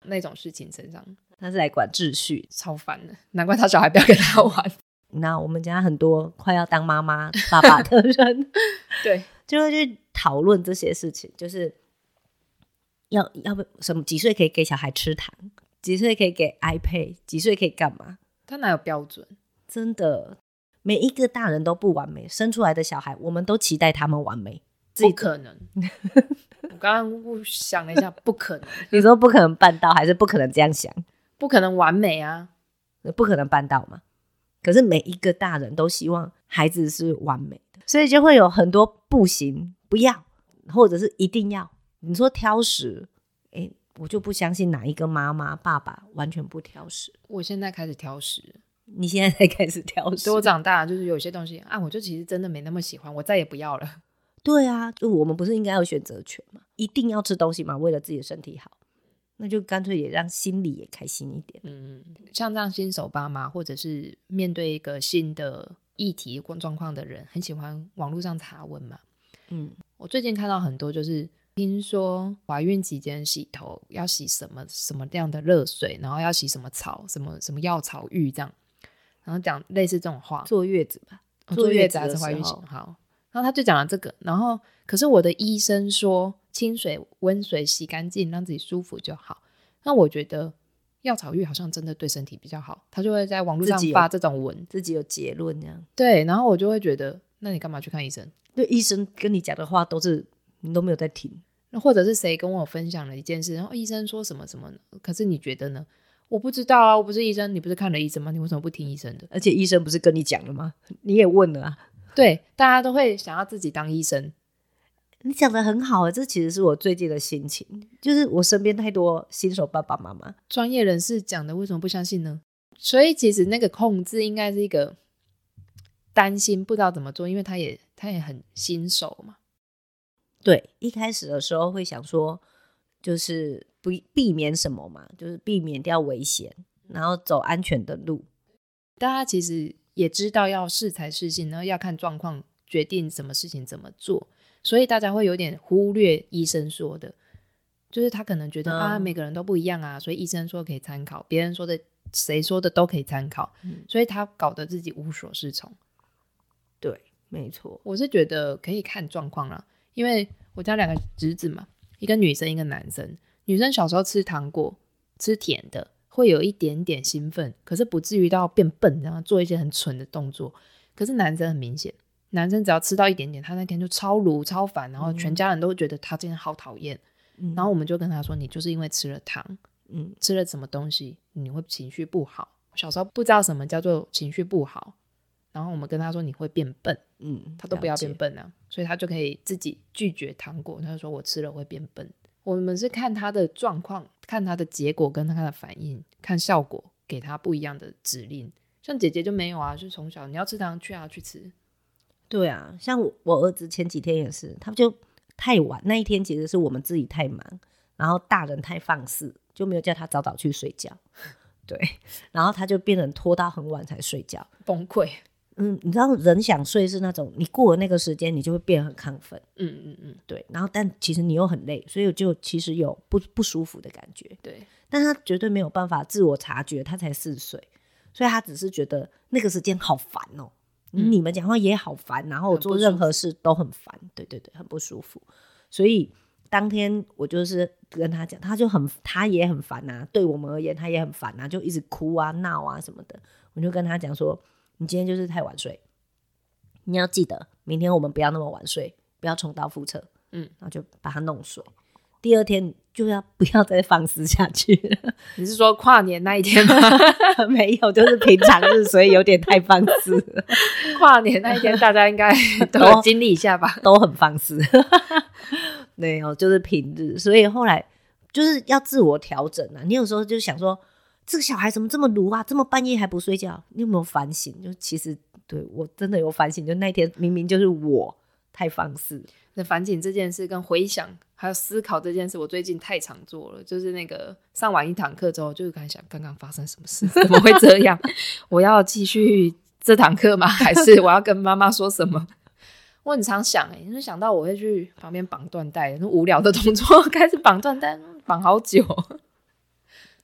Speaker 2: 那种事情身上，
Speaker 1: 他是来管秩序。
Speaker 2: 超烦的，难怪他小孩不要跟他玩。 <laughs>
Speaker 1: 那我们家很多快要当妈妈、爸爸的人， <laughs>
Speaker 2: 对，
Speaker 1: 就会去讨论这些事情，就是要要不什么几岁可以给小孩吃糖，几岁可以给 iPad，几岁可以干嘛？
Speaker 2: 他哪有标准？
Speaker 1: 真的，每一个大人都不完美，生出来的小孩，我们都期待他们完美。 <laughs> 自
Speaker 2: 不
Speaker 1: 己
Speaker 2: 可能。我刚刚想了一下，不可能，
Speaker 1: 你说不可能办到，还是不可能这样想？
Speaker 2: 不可能完美啊！
Speaker 1: 不可能办到嘛。可是每一个大人都希望孩子是完美的，所以就会有很多不行、不要，或者是一定要。你说挑食，诶，我就不相信哪一个妈妈、爸爸完全不挑食。
Speaker 2: 我现在开始挑食了，
Speaker 1: 你现在才开始挑食
Speaker 2: 所以，我长大就是有些东西啊，我就其实真的没那么喜欢，我再也不要了。
Speaker 1: 对啊，就我们不是应该有选择权吗？一定要吃东西吗？为了自己的身体好，那就干脆也让心里也开心一点。
Speaker 2: 嗯，像这样新手爸妈，或者是面对一个新的议题或状况的人，很喜欢网络上查问嘛。
Speaker 1: 嗯，
Speaker 2: 我最近看到很多，就是听说怀孕期间洗头要洗什么什么样的热水，然后要洗什么草，什么什么药草浴这样。然后讲类似这种话，
Speaker 1: 坐月子吧，
Speaker 2: 哦
Speaker 1: 坐
Speaker 2: 坐
Speaker 1: 月
Speaker 2: 月
Speaker 1: 子
Speaker 2: 子
Speaker 1: 的
Speaker 2: 还是
Speaker 1: 时
Speaker 2: 怀孕期
Speaker 1: 候
Speaker 2: 好，然后他就讲了这个，然后可是我的医生说清水温水洗干净，让自己舒服就好。那我觉得药草浴好像真的对身体比较好，他就会在网络
Speaker 1: 自
Speaker 2: 上
Speaker 1: 己有
Speaker 2: 发这种文，
Speaker 1: 自己有结论这样。
Speaker 2: 对，然后我就会觉得，那你干嘛去看医生？
Speaker 1: 对，医生跟你讲的话都是你都没有在听，
Speaker 2: 那或者是谁跟我分享了一件事，然后医生说什么什么，可是你觉得呢？我不知道啊，我不是医生，你不是看了医生吗？你为什么不听医生的？
Speaker 1: 而且医生不是跟你讲了吗？你也问了啊。
Speaker 2: 对，大家都会想要自己当医生，
Speaker 1: 你讲的很好啊，这其实是我最近的心情，就是我身边太多新手爸爸妈妈，
Speaker 2: 专业人士讲的，为什么不相信呢？所以其实那个控制应该是一个担心，不知道怎么做，因为他也他也很新手嘛。
Speaker 1: 对，一开始的时候会想说，就是不避免什么嘛，就是避免掉危险，然后走安全的路。
Speaker 2: 大家其实也知道要适才适性，然后要看状况决定什么事情怎么做，所以大家会有点忽略医生说的，就是他可能觉得、
Speaker 1: 嗯
Speaker 2: 啊，每个人都不一样啊，所以医生说可以参考，别人说的谁说的都可以参考，
Speaker 1: 嗯
Speaker 2: 所以他搞得自己无所适从。
Speaker 1: 对，没错。
Speaker 2: 我是觉得可以看状况啦，因为我家两个侄子嘛，一个女生，一个男生。女生小时候吃糖果、吃甜的，会有一点点兴奋，可是不至于到变笨，然后做一些很蠢的动作。可是男生很明显，男生只要吃到一点点，他那天就超鲁超烦，然后全家人都会觉得他今天好讨厌。
Speaker 1: 嗯
Speaker 2: 然后我们就跟他说：“你就是因为吃了糖，
Speaker 1: 嗯，
Speaker 2: 吃了什么东西，你会情绪不好。小时候不知道什么叫做情绪不好，然后我们跟他说你会变笨。”
Speaker 1: 嗯，
Speaker 2: 他都不要变
Speaker 1: 了解。
Speaker 2: 笨啊，所以他就可以自己拒绝糖果。他就说我吃了会变笨。我们是看他的状况，看他的结果，跟他的反应，看效果，给他不一样的指令。像姐姐就没有啊，就从小你要吃糖去啊，去吃。
Speaker 1: 对啊，像我我儿子前几天也是，他就太晚那一天，其实是我们自己太忙，然后大人太放肆，就没有叫他早早去睡觉。 <laughs> 对，然后他就变成拖到很晚才睡觉。
Speaker 2: 崩溃。
Speaker 1: 嗯，你知道人想睡是那种，你过了那个时间，你就会变得很亢奋。
Speaker 2: 嗯嗯嗯，
Speaker 1: 对，然后但其实你又很累，所以就其实有不不舒服的感觉，
Speaker 2: 对，
Speaker 1: 但他绝对没有办法自我察觉，他才四岁，所以他只是觉得那个时间好烦哦、
Speaker 2: 嗯
Speaker 1: 你们讲话也好烦，然后我
Speaker 2: 很不
Speaker 1: 做任何事都很烦，对对对，很不舒服，所以当天我就是跟他讲，他就很他也很烦啊，对我们而言他也很烦啊，就一直哭啊闹啊什么的，我就跟他讲说，你今天就是太晚睡，你要记得明天我们不要那么晚睡，不要重蹈覆辙。
Speaker 2: 嗯，
Speaker 1: 然后就把它弄碎。第二天就要 <laughs> 不要再放肆下去了？
Speaker 2: 你是说跨年那一天吗？
Speaker 1: <laughs>
Speaker 2: <laughs>
Speaker 1: 没有，就是平常日，所以有点太放肆了，
Speaker 2: 跨年那一天大家应该 <laughs> 都
Speaker 1: 哦
Speaker 2: 有经历一下吧？
Speaker 1: 都很放肆。 <laughs> 没有，就是平日，所以后来就是要自我调整啊。你有时候就想说，这个小孩怎么这么鲁啊？这么半夜还不睡觉？你有没有反省？就其实对我真的有反省，就那天明明就是我太放肆了。
Speaker 2: 那反省这件事跟回想还有思考这件事，我最近太常做了。就是那个上完一堂课之后，就是开始想刚刚发生什么事，怎么会这样？我要继续这堂课吗？还是我要跟妈妈说什么？我很常想、欸，哎，就是想到我会去旁边绑缎带，那无聊的动作 <laughs> 开始绑缎带，绑好久。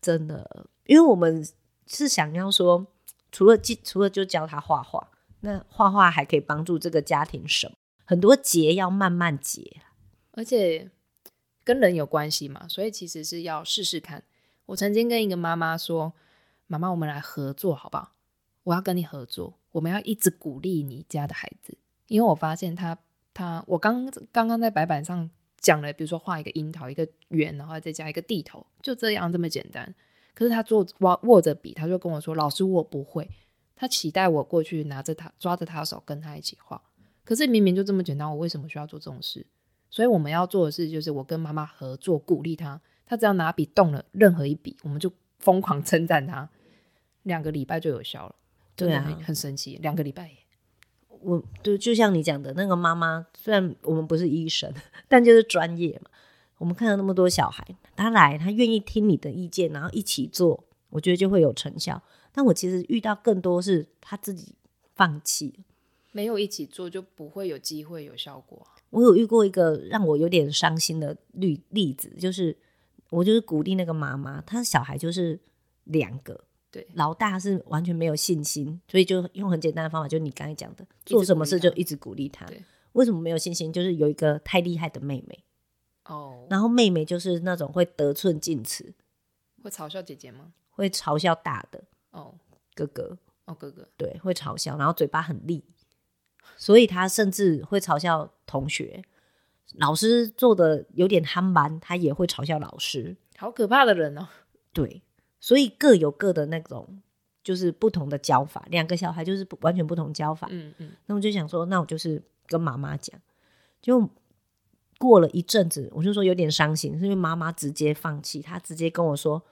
Speaker 1: 真的，因为我们是想要说，除了记，除了就教他画画，那画画还可以帮助这个家庭什么？很多结要慢慢结。
Speaker 2: 而且跟人有关系嘛，所以其实是要试试看。我曾经跟一个妈妈说：“妈妈，我们来合作好不好？我要跟你合作，我们要一直鼓励你家的孩子，因为我发现他他我刚刚刚在白板上讲了，比如说画一个樱桃，一个圆，然后再加一个地头，就这样这么简单。可是他坐握握着笔，他就跟我说：老师，我不会。他期待我过去拿着他抓着他的手跟他一起画，可是明明就这么简单，我为什么需要做这种事？所以我们要做的事就是我跟妈妈合作，鼓励她。她只要拿笔动了任何一笔，我们就疯狂 <laughs> 称赞她。两个礼拜就有效了，真
Speaker 1: 对
Speaker 2: 的
Speaker 1: 啊
Speaker 2: 很很神奇。两个礼拜耶，
Speaker 1: 我对，就像你讲的那个妈妈，虽然我们不是医生， <laughs> 但就是专业嘛。我们看到那么多小孩，他来，他愿意听你的意见，然后一起做，我觉得就会有成效。但我其实遇到更多是他自己放弃了
Speaker 2: 没有一起做就不会有机会有效果啊。
Speaker 1: 我有遇过一个让我有点伤心的例例子，就是我就是鼓励那个妈妈，她小孩就是两个，
Speaker 2: 对
Speaker 1: 老大是完全没有信心，所以就用很简单的方法，就你刚才讲的，
Speaker 2: 直鼓
Speaker 1: 做什么
Speaker 2: 励
Speaker 1: 事就
Speaker 2: 他
Speaker 1: 一直鼓励他
Speaker 2: 对。
Speaker 1: 为什么没有信心？就是有一个太厉害的妹妹，
Speaker 2: 哦，
Speaker 1: 然后妹妹就是那种会得寸进尺、
Speaker 2: 会嘲笑姐姐吗？
Speaker 1: 会嘲笑大的
Speaker 2: 哦
Speaker 1: 哥哥，
Speaker 2: 哦，哥哥
Speaker 1: 对，会嘲笑，然后嘴巴很利，所以他甚至会嘲笑同学。老师做的有点憨蛮，他也会嘲笑老师。
Speaker 2: 好可怕的人哦。
Speaker 1: 对，所以各有各的那种就是不同的教法，两个小孩就是不完全不同教法。
Speaker 2: 嗯嗯，
Speaker 1: 那我就想说，那我就是跟妈妈讲。就过了一阵子，我就说有点伤心，是因为妈妈直接放弃，她直接跟我说：“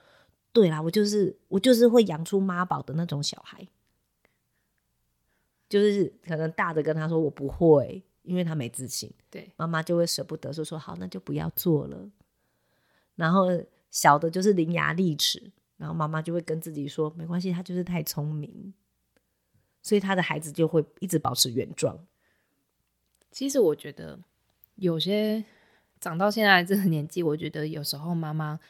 Speaker 1: 对啦，我就是我就是会养出妈宝的那种小孩，就是可能大的跟她说我不会，因为她没自信。”
Speaker 2: 对，
Speaker 1: 妈妈就会舍不得，就说好，那就不要做了。然后小的就是伶牙俐齿，然后妈妈就会跟自己说，没关系，他就是太聪明，所以他的孩子就会一直保持原状。
Speaker 2: 其实我觉得有些长到现在这个年纪，我觉得有时候妈妈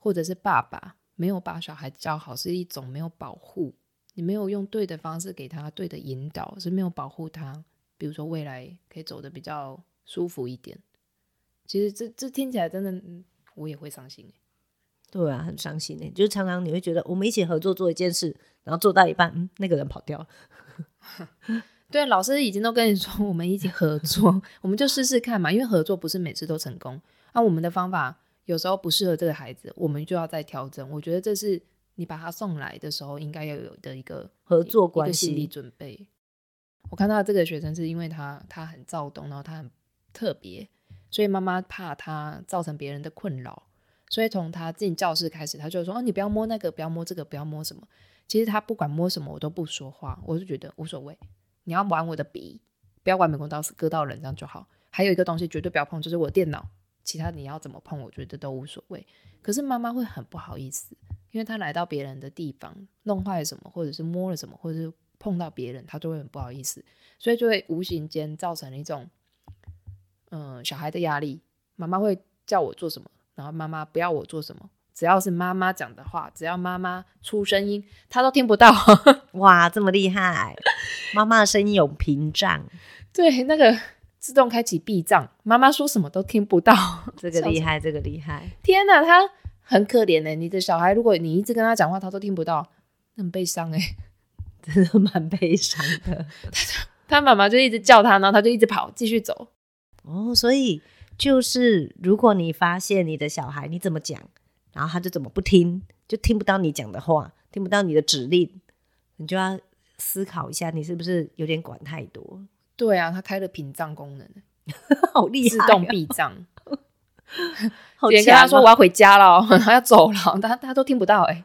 Speaker 2: 或者是爸爸没有把小孩教好，是一种没有保护，你没有用对的方式给他对的引导，是没有保护他，比如说未来可以走得比较舒服一点。其实这这听起来真的，嗯我也会伤心欸。
Speaker 1: 对啊，很伤心呢、就是常常你会觉得我们一起合作做一件事，然后做到一半，嗯，那个人跑掉了。
Speaker 2: 对，老师已经都跟你说，我们一起合作， <laughs> 我们就试试看嘛。因为合作不是每次都成功，那、我们的方法有时候不适合这个孩子，我们就要再调整。我觉得这是你把他送来的时候应该要有的一个
Speaker 1: 合作
Speaker 2: 一
Speaker 1: 关
Speaker 2: 个心理
Speaker 1: 系，
Speaker 2: 准备。我看到这个学生是因为他他很躁动，然后他很特别，所以妈妈怕他造成别人的困扰，所以从他进教室开始，他就说：“哦，你不要摸那个，不要摸这个，不要摸什么。”其实他不管摸什么，我都不说话，我就觉得无所谓。你要玩我的笔，不要玩美工刀，割到人这样就好。还有一个东西绝对不要碰，就是我的电脑，其他你要怎么碰，我觉得都无所谓。可是妈妈会很不好意思，因为他来到别人的地方，弄坏了什么，或者是摸了什么，或者是碰到别人，他就会很不好意思，所以就会无形间造成了一种，嗯、小孩的压力。妈妈会叫我做什么，然后妈妈不要我做什么，只要是妈妈讲的话，只要妈妈出声音，他都听不到。
Speaker 1: 哇，这么厉害！妈妈的声音有屏障，
Speaker 2: <laughs> 对，那个自动开启避障，妈妈说什么都听不到。 <laughs>
Speaker 1: 这个
Speaker 2: 笑
Speaker 1: 厉
Speaker 2: 死
Speaker 1: 害，这个厉害，
Speaker 2: 天哪，他很可怜呢、欸你的小孩，如果你一直跟他讲话，他都听不到，那很悲伤哎、 <laughs>
Speaker 1: 真的蛮悲伤的。
Speaker 2: 他妈妈就一直叫他，然后他就一直跑，继续走。
Speaker 1: 哦，所以就是如果你发现你的小孩你怎么讲，然后他就怎么不听，就听不到你讲的话，听不到你的指令，你就要思考一下，你是不是有点管太多？
Speaker 2: 对啊，他开了屏障功能，
Speaker 1: <laughs> 好厉害
Speaker 2: 自
Speaker 1: 哦、
Speaker 2: 动避障。
Speaker 1: <laughs> 好
Speaker 2: 别人跟
Speaker 1: 强
Speaker 2: 他说
Speaker 1: 哦
Speaker 2: 我要回家了 <laughs> 哦，他要走了，他他都听不到哎、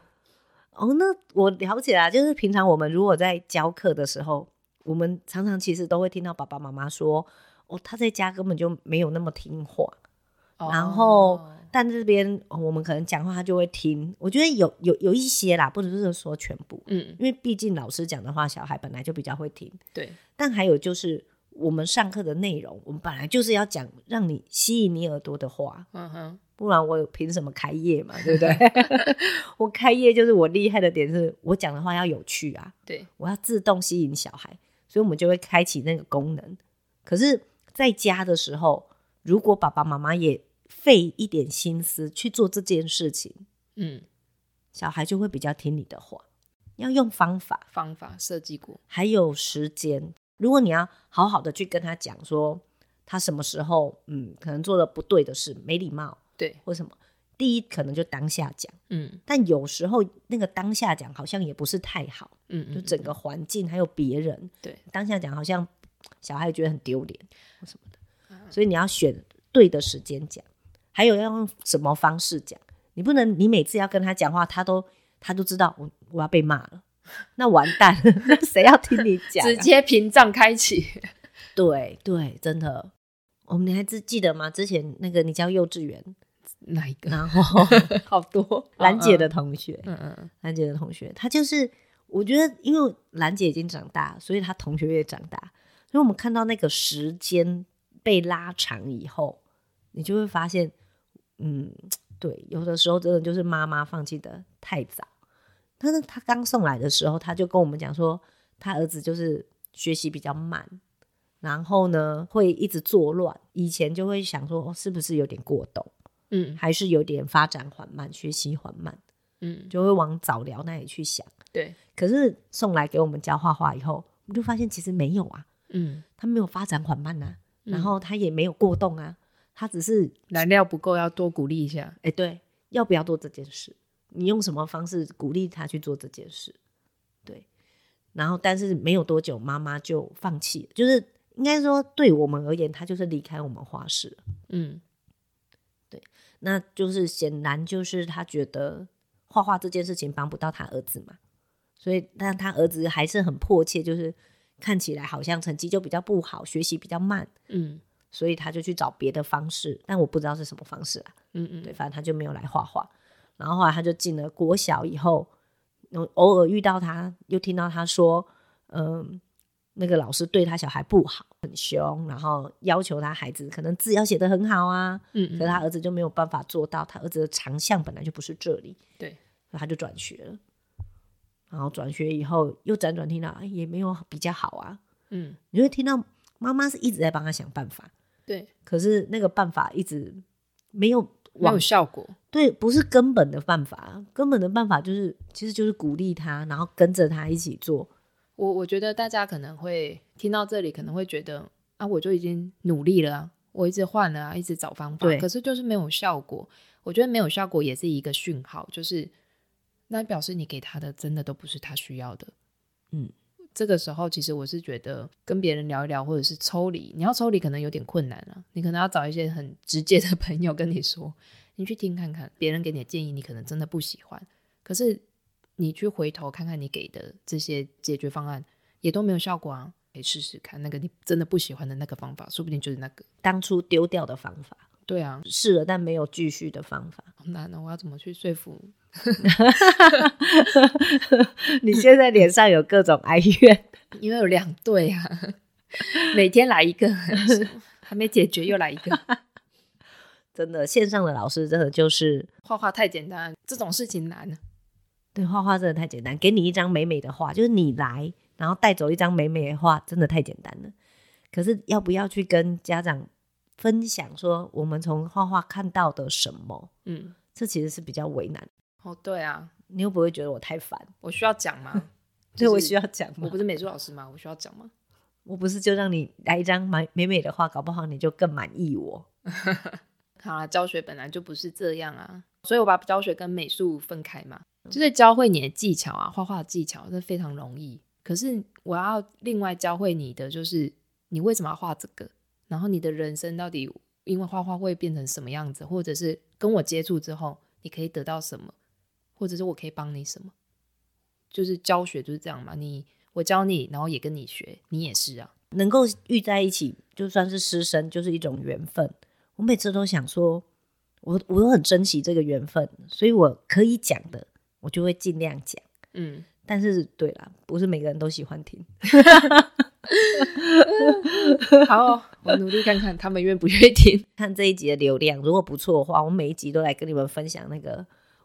Speaker 1: 哦，那我了解啦，就是平常我们如果在教课的时候，我们常常其实都会听到爸爸妈妈说，哦，他在家根本就没有那么听话，然后
Speaker 2: 哦
Speaker 1: 但这边、哦我们可能讲话他就会听。我觉得有有有一些啦，不只是说全部，
Speaker 2: 嗯，
Speaker 1: 因为毕竟老师讲的话，小孩本来就比较会听。
Speaker 2: 对，
Speaker 1: 但还有就是我们上课的内容，我们本来就是要讲让你吸引你耳朵的话，
Speaker 2: 嗯哼，
Speaker 1: 不然我凭什么开业嘛，对不 <laughs> 对？我开业就是我厉害的点是我讲的话要有趣啊，
Speaker 2: 对，
Speaker 1: 我要自动吸引小孩，所以我们就会开启那个功能。可是在家的时候，如果爸爸妈妈也费一点心思去做这件事情，
Speaker 2: 嗯，
Speaker 1: 小孩就会比较听你的话。要用方法，
Speaker 2: 方法设计过，
Speaker 1: 还有时间。如果你要好好的去跟他讲说他什么时候，嗯，可能做了不对的事，没礼貌
Speaker 2: 对，
Speaker 1: 或什么，第一可能就当下讲，
Speaker 2: 嗯
Speaker 1: 但有时候那个当下讲好像也不是太好，
Speaker 2: 嗯嗯，
Speaker 1: 就整个环境还有别人，
Speaker 2: 对
Speaker 1: 当下讲好像小孩觉得很丢脸或什么
Speaker 2: 嗯
Speaker 1: 的，所以你要选对的时间讲，还有要用什么方式讲，你不能你每次要跟他讲话，他都他都知道我我要被骂了，那完蛋了， <laughs> 那谁要听你讲啊、
Speaker 2: 直接屏障开启， <laughs>
Speaker 1: 对对，真的。我们你还记记得吗？之前那个你教幼稚园，
Speaker 2: 哪一个？
Speaker 1: 然后
Speaker 2: 好多
Speaker 1: 兰姐的，同学，
Speaker 2: 嗯嗯嗯，
Speaker 1: 兰姐的同学，她就是我觉得，因为兰姐已经长大，所以她同学也长大，所以我们看到那个时间被拉长以后，你就会发现，嗯，对，有的时候真的就是妈妈放弃的太早，但是他刚送来的时候，他就跟我们讲说，他儿子就是学习比较慢，然后呢会一直作乱。以前就会想说，哦，是不是有点过动，
Speaker 2: 嗯
Speaker 1: 还是有点发展缓慢、学习缓慢，
Speaker 2: 嗯，
Speaker 1: 就会往早疗那里去想。
Speaker 2: 对，
Speaker 1: 可是送来给我们教画画以后，我们就发现其实没有啊，
Speaker 2: 嗯，
Speaker 1: 他没有发展缓慢啊，
Speaker 2: 嗯
Speaker 1: 然后他也没有过动啊，他只是
Speaker 2: 燃料不够要多鼓励一下。
Speaker 1: 哎、对，要不要做这件事？你用什么方式鼓励他去做这件事？对，然后但是没有多久，妈妈就放弃了，就是应该说，对我们而言，他就是离开我们画室了。
Speaker 2: 嗯
Speaker 1: 那就是显然就是他觉得画画这件事情帮不到他儿子嘛，所以但他儿子还是很迫切，就是看起来好像成绩就比较不好，学习比较慢，
Speaker 2: 嗯
Speaker 1: 所以他就去找别的方式，但我不知道是什么方式啊。
Speaker 2: 嗯嗯，
Speaker 1: 对，反正他就没有来画画。然后后来他就进了国小以后，嗯偶尔遇到他，又听到他说，嗯，那个老师对他小孩不好，很凶，然后要求他孩子可能字要写得很好啊，
Speaker 2: 嗯
Speaker 1: 可
Speaker 2: 嗯
Speaker 1: 是他儿子就没有办法做到，他儿子的长项本来就不是这里，
Speaker 2: 对，
Speaker 1: 所以他就转学了。然后转学以后又辗转听到，哎，也没有比较好啊，
Speaker 2: 嗯，
Speaker 1: 你会听到妈妈是一直在帮他想办法，
Speaker 2: 对，
Speaker 1: 可是那个办法一直没有
Speaker 2: 没
Speaker 1: 往
Speaker 2: 有效果。
Speaker 1: 对，不是根本的办法，根本的办法就是，其实就是鼓励他，然后跟着他一起做。
Speaker 2: 我我觉得大家可能会听到这里，可能会觉得啊，我就已经努力了啊，我一直换了啊，一直找方法
Speaker 1: 对，
Speaker 2: 可是就是没有效果。我觉得没有效果也是一个讯号，就是那表示你给他的真的都不是他需要的。
Speaker 1: 嗯，
Speaker 2: 这个时候其实我是觉得跟别人聊一聊，或者是抽离，你要抽离可能有点困难啊，你可能要找一些很直接的 <laughs> 朋友跟你说，你去听看看，别人给你的建议，你可能真的不喜欢，可是你去回头看看你给的这些解决方案也都没有效果啊，可以试试看那个你真的不喜欢的那个方法，说不定就是那个。
Speaker 1: 当初丢掉的方法，
Speaker 2: 对啊，
Speaker 1: 试了但没有继续的方法， <laughs>
Speaker 2: 好难哦，我要怎么去说服？
Speaker 1: 你现在脸上有各种哀怨。
Speaker 2: 因为有两对啊， <laughs> 每天来一个， <laughs> 还没解决又来一个。
Speaker 1: 真的，线上的老师真的就是
Speaker 2: 画画太简单，这种事情难。啊
Speaker 1: 对画画真的太简单，给你一张美美的画，就是你来，然后带走一张美美的画，真的太简单了。可是要不要去跟家长分享说我们从画画看到的什么？
Speaker 2: 嗯，
Speaker 1: 这其实是比较为难。
Speaker 2: 哦，对啊，
Speaker 1: 你又不会觉得我太烦？
Speaker 2: 我需要讲
Speaker 1: <laughs>
Speaker 2: 吗？
Speaker 1: 所以我
Speaker 2: 就是
Speaker 1: 需要讲吗
Speaker 2: 我？不是美术老师吗？我需要讲吗？
Speaker 1: 我不是就让你来一张美美美的画，搞不好你就更满意我。
Speaker 2: 好啦，教学本来就不是这样啊，所以我把教学跟美术分开嘛，就是教会你的技巧啊，画画的技巧这非常容易。可是我要另外教会你的就是你为什么要画这个，然后你的人生到底因为画画会变成什么样子，或者是跟我接触之后你可以得到什么，或者是我可以帮你什么，就是教学就是这样嘛，你我教你，然后也跟你学，你也是啊，
Speaker 1: 能够遇在一起，就算是师生，就是一种缘分。我每次都想说，我我都很珍惜这个缘分，所以我可以讲的，我就会尽量讲。
Speaker 2: 嗯，
Speaker 1: 但是，对啦，不是每个人都喜欢听。
Speaker 2: 好哦、我努力看看他们愿不愿意听。
Speaker 1: <laughs> 看这一集的流量，如果不错的话，我每一集都来跟你们分享那个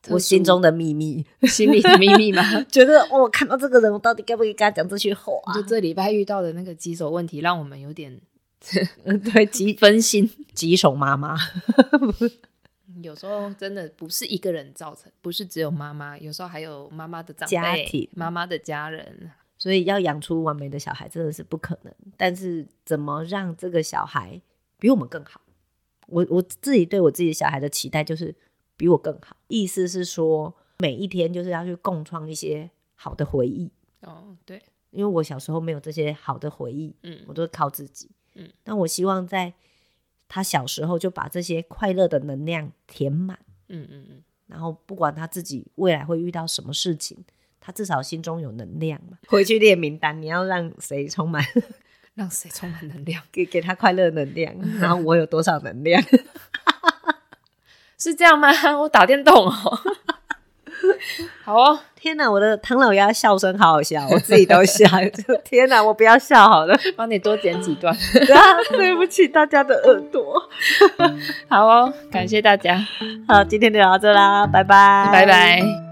Speaker 2: 特殊
Speaker 1: 我心中的秘密。
Speaker 2: 心里的秘密吗？
Speaker 1: <laughs> 觉得哦，看到这个人，我到底该不该跟他讲这句话、啊
Speaker 2: 就？这礼拜遇到的那个棘手问题，让我们有点
Speaker 1: <laughs> 对，棘
Speaker 2: 分心。
Speaker 1: 棘手妈妈。
Speaker 2: 有时候真的不是一个人造成，不是只有妈妈，有时候还有妈妈的长辈、
Speaker 1: 家庭
Speaker 2: 妈妈的家人。
Speaker 1: 所以要养出完美的小孩真的是不可能。但是怎么让这个小孩比我们更好？我我自己对我自己小孩的期待就是比我更好，意思是说每一天就是要去共创一些好的回忆，
Speaker 2: 哦，对，
Speaker 1: 因为我小时候没有这些好的回忆，
Speaker 2: 嗯
Speaker 1: 我都靠自己。
Speaker 2: 嗯，
Speaker 1: 但我希望在他小时候就把这些快乐的能量填满，
Speaker 2: 嗯嗯嗯，
Speaker 1: 然后不管他自己未来会遇到什么事情，他至少心中有能量嘛。回去列名单，你要让谁充满 <laughs>
Speaker 2: 让谁充满能量？
Speaker 1: 给给他快乐能量，然后我有多少能量？
Speaker 2: <laughs>
Speaker 1: <laughs>
Speaker 2: 是这样吗？ <laughs> 我打电动哦。 <laughs> 好哦，
Speaker 1: 天哪，我的唐老鸭笑声好好笑，我自己都笑。就天哪，我不要笑好了， <laughs>
Speaker 2: 帮你多剪几段。 <laughs>
Speaker 1: 啊对不起大家的耳朵。
Speaker 2: 好哦，感谢大家，
Speaker 1: 好，今天就聊到这啦，拜拜，
Speaker 2: 拜拜。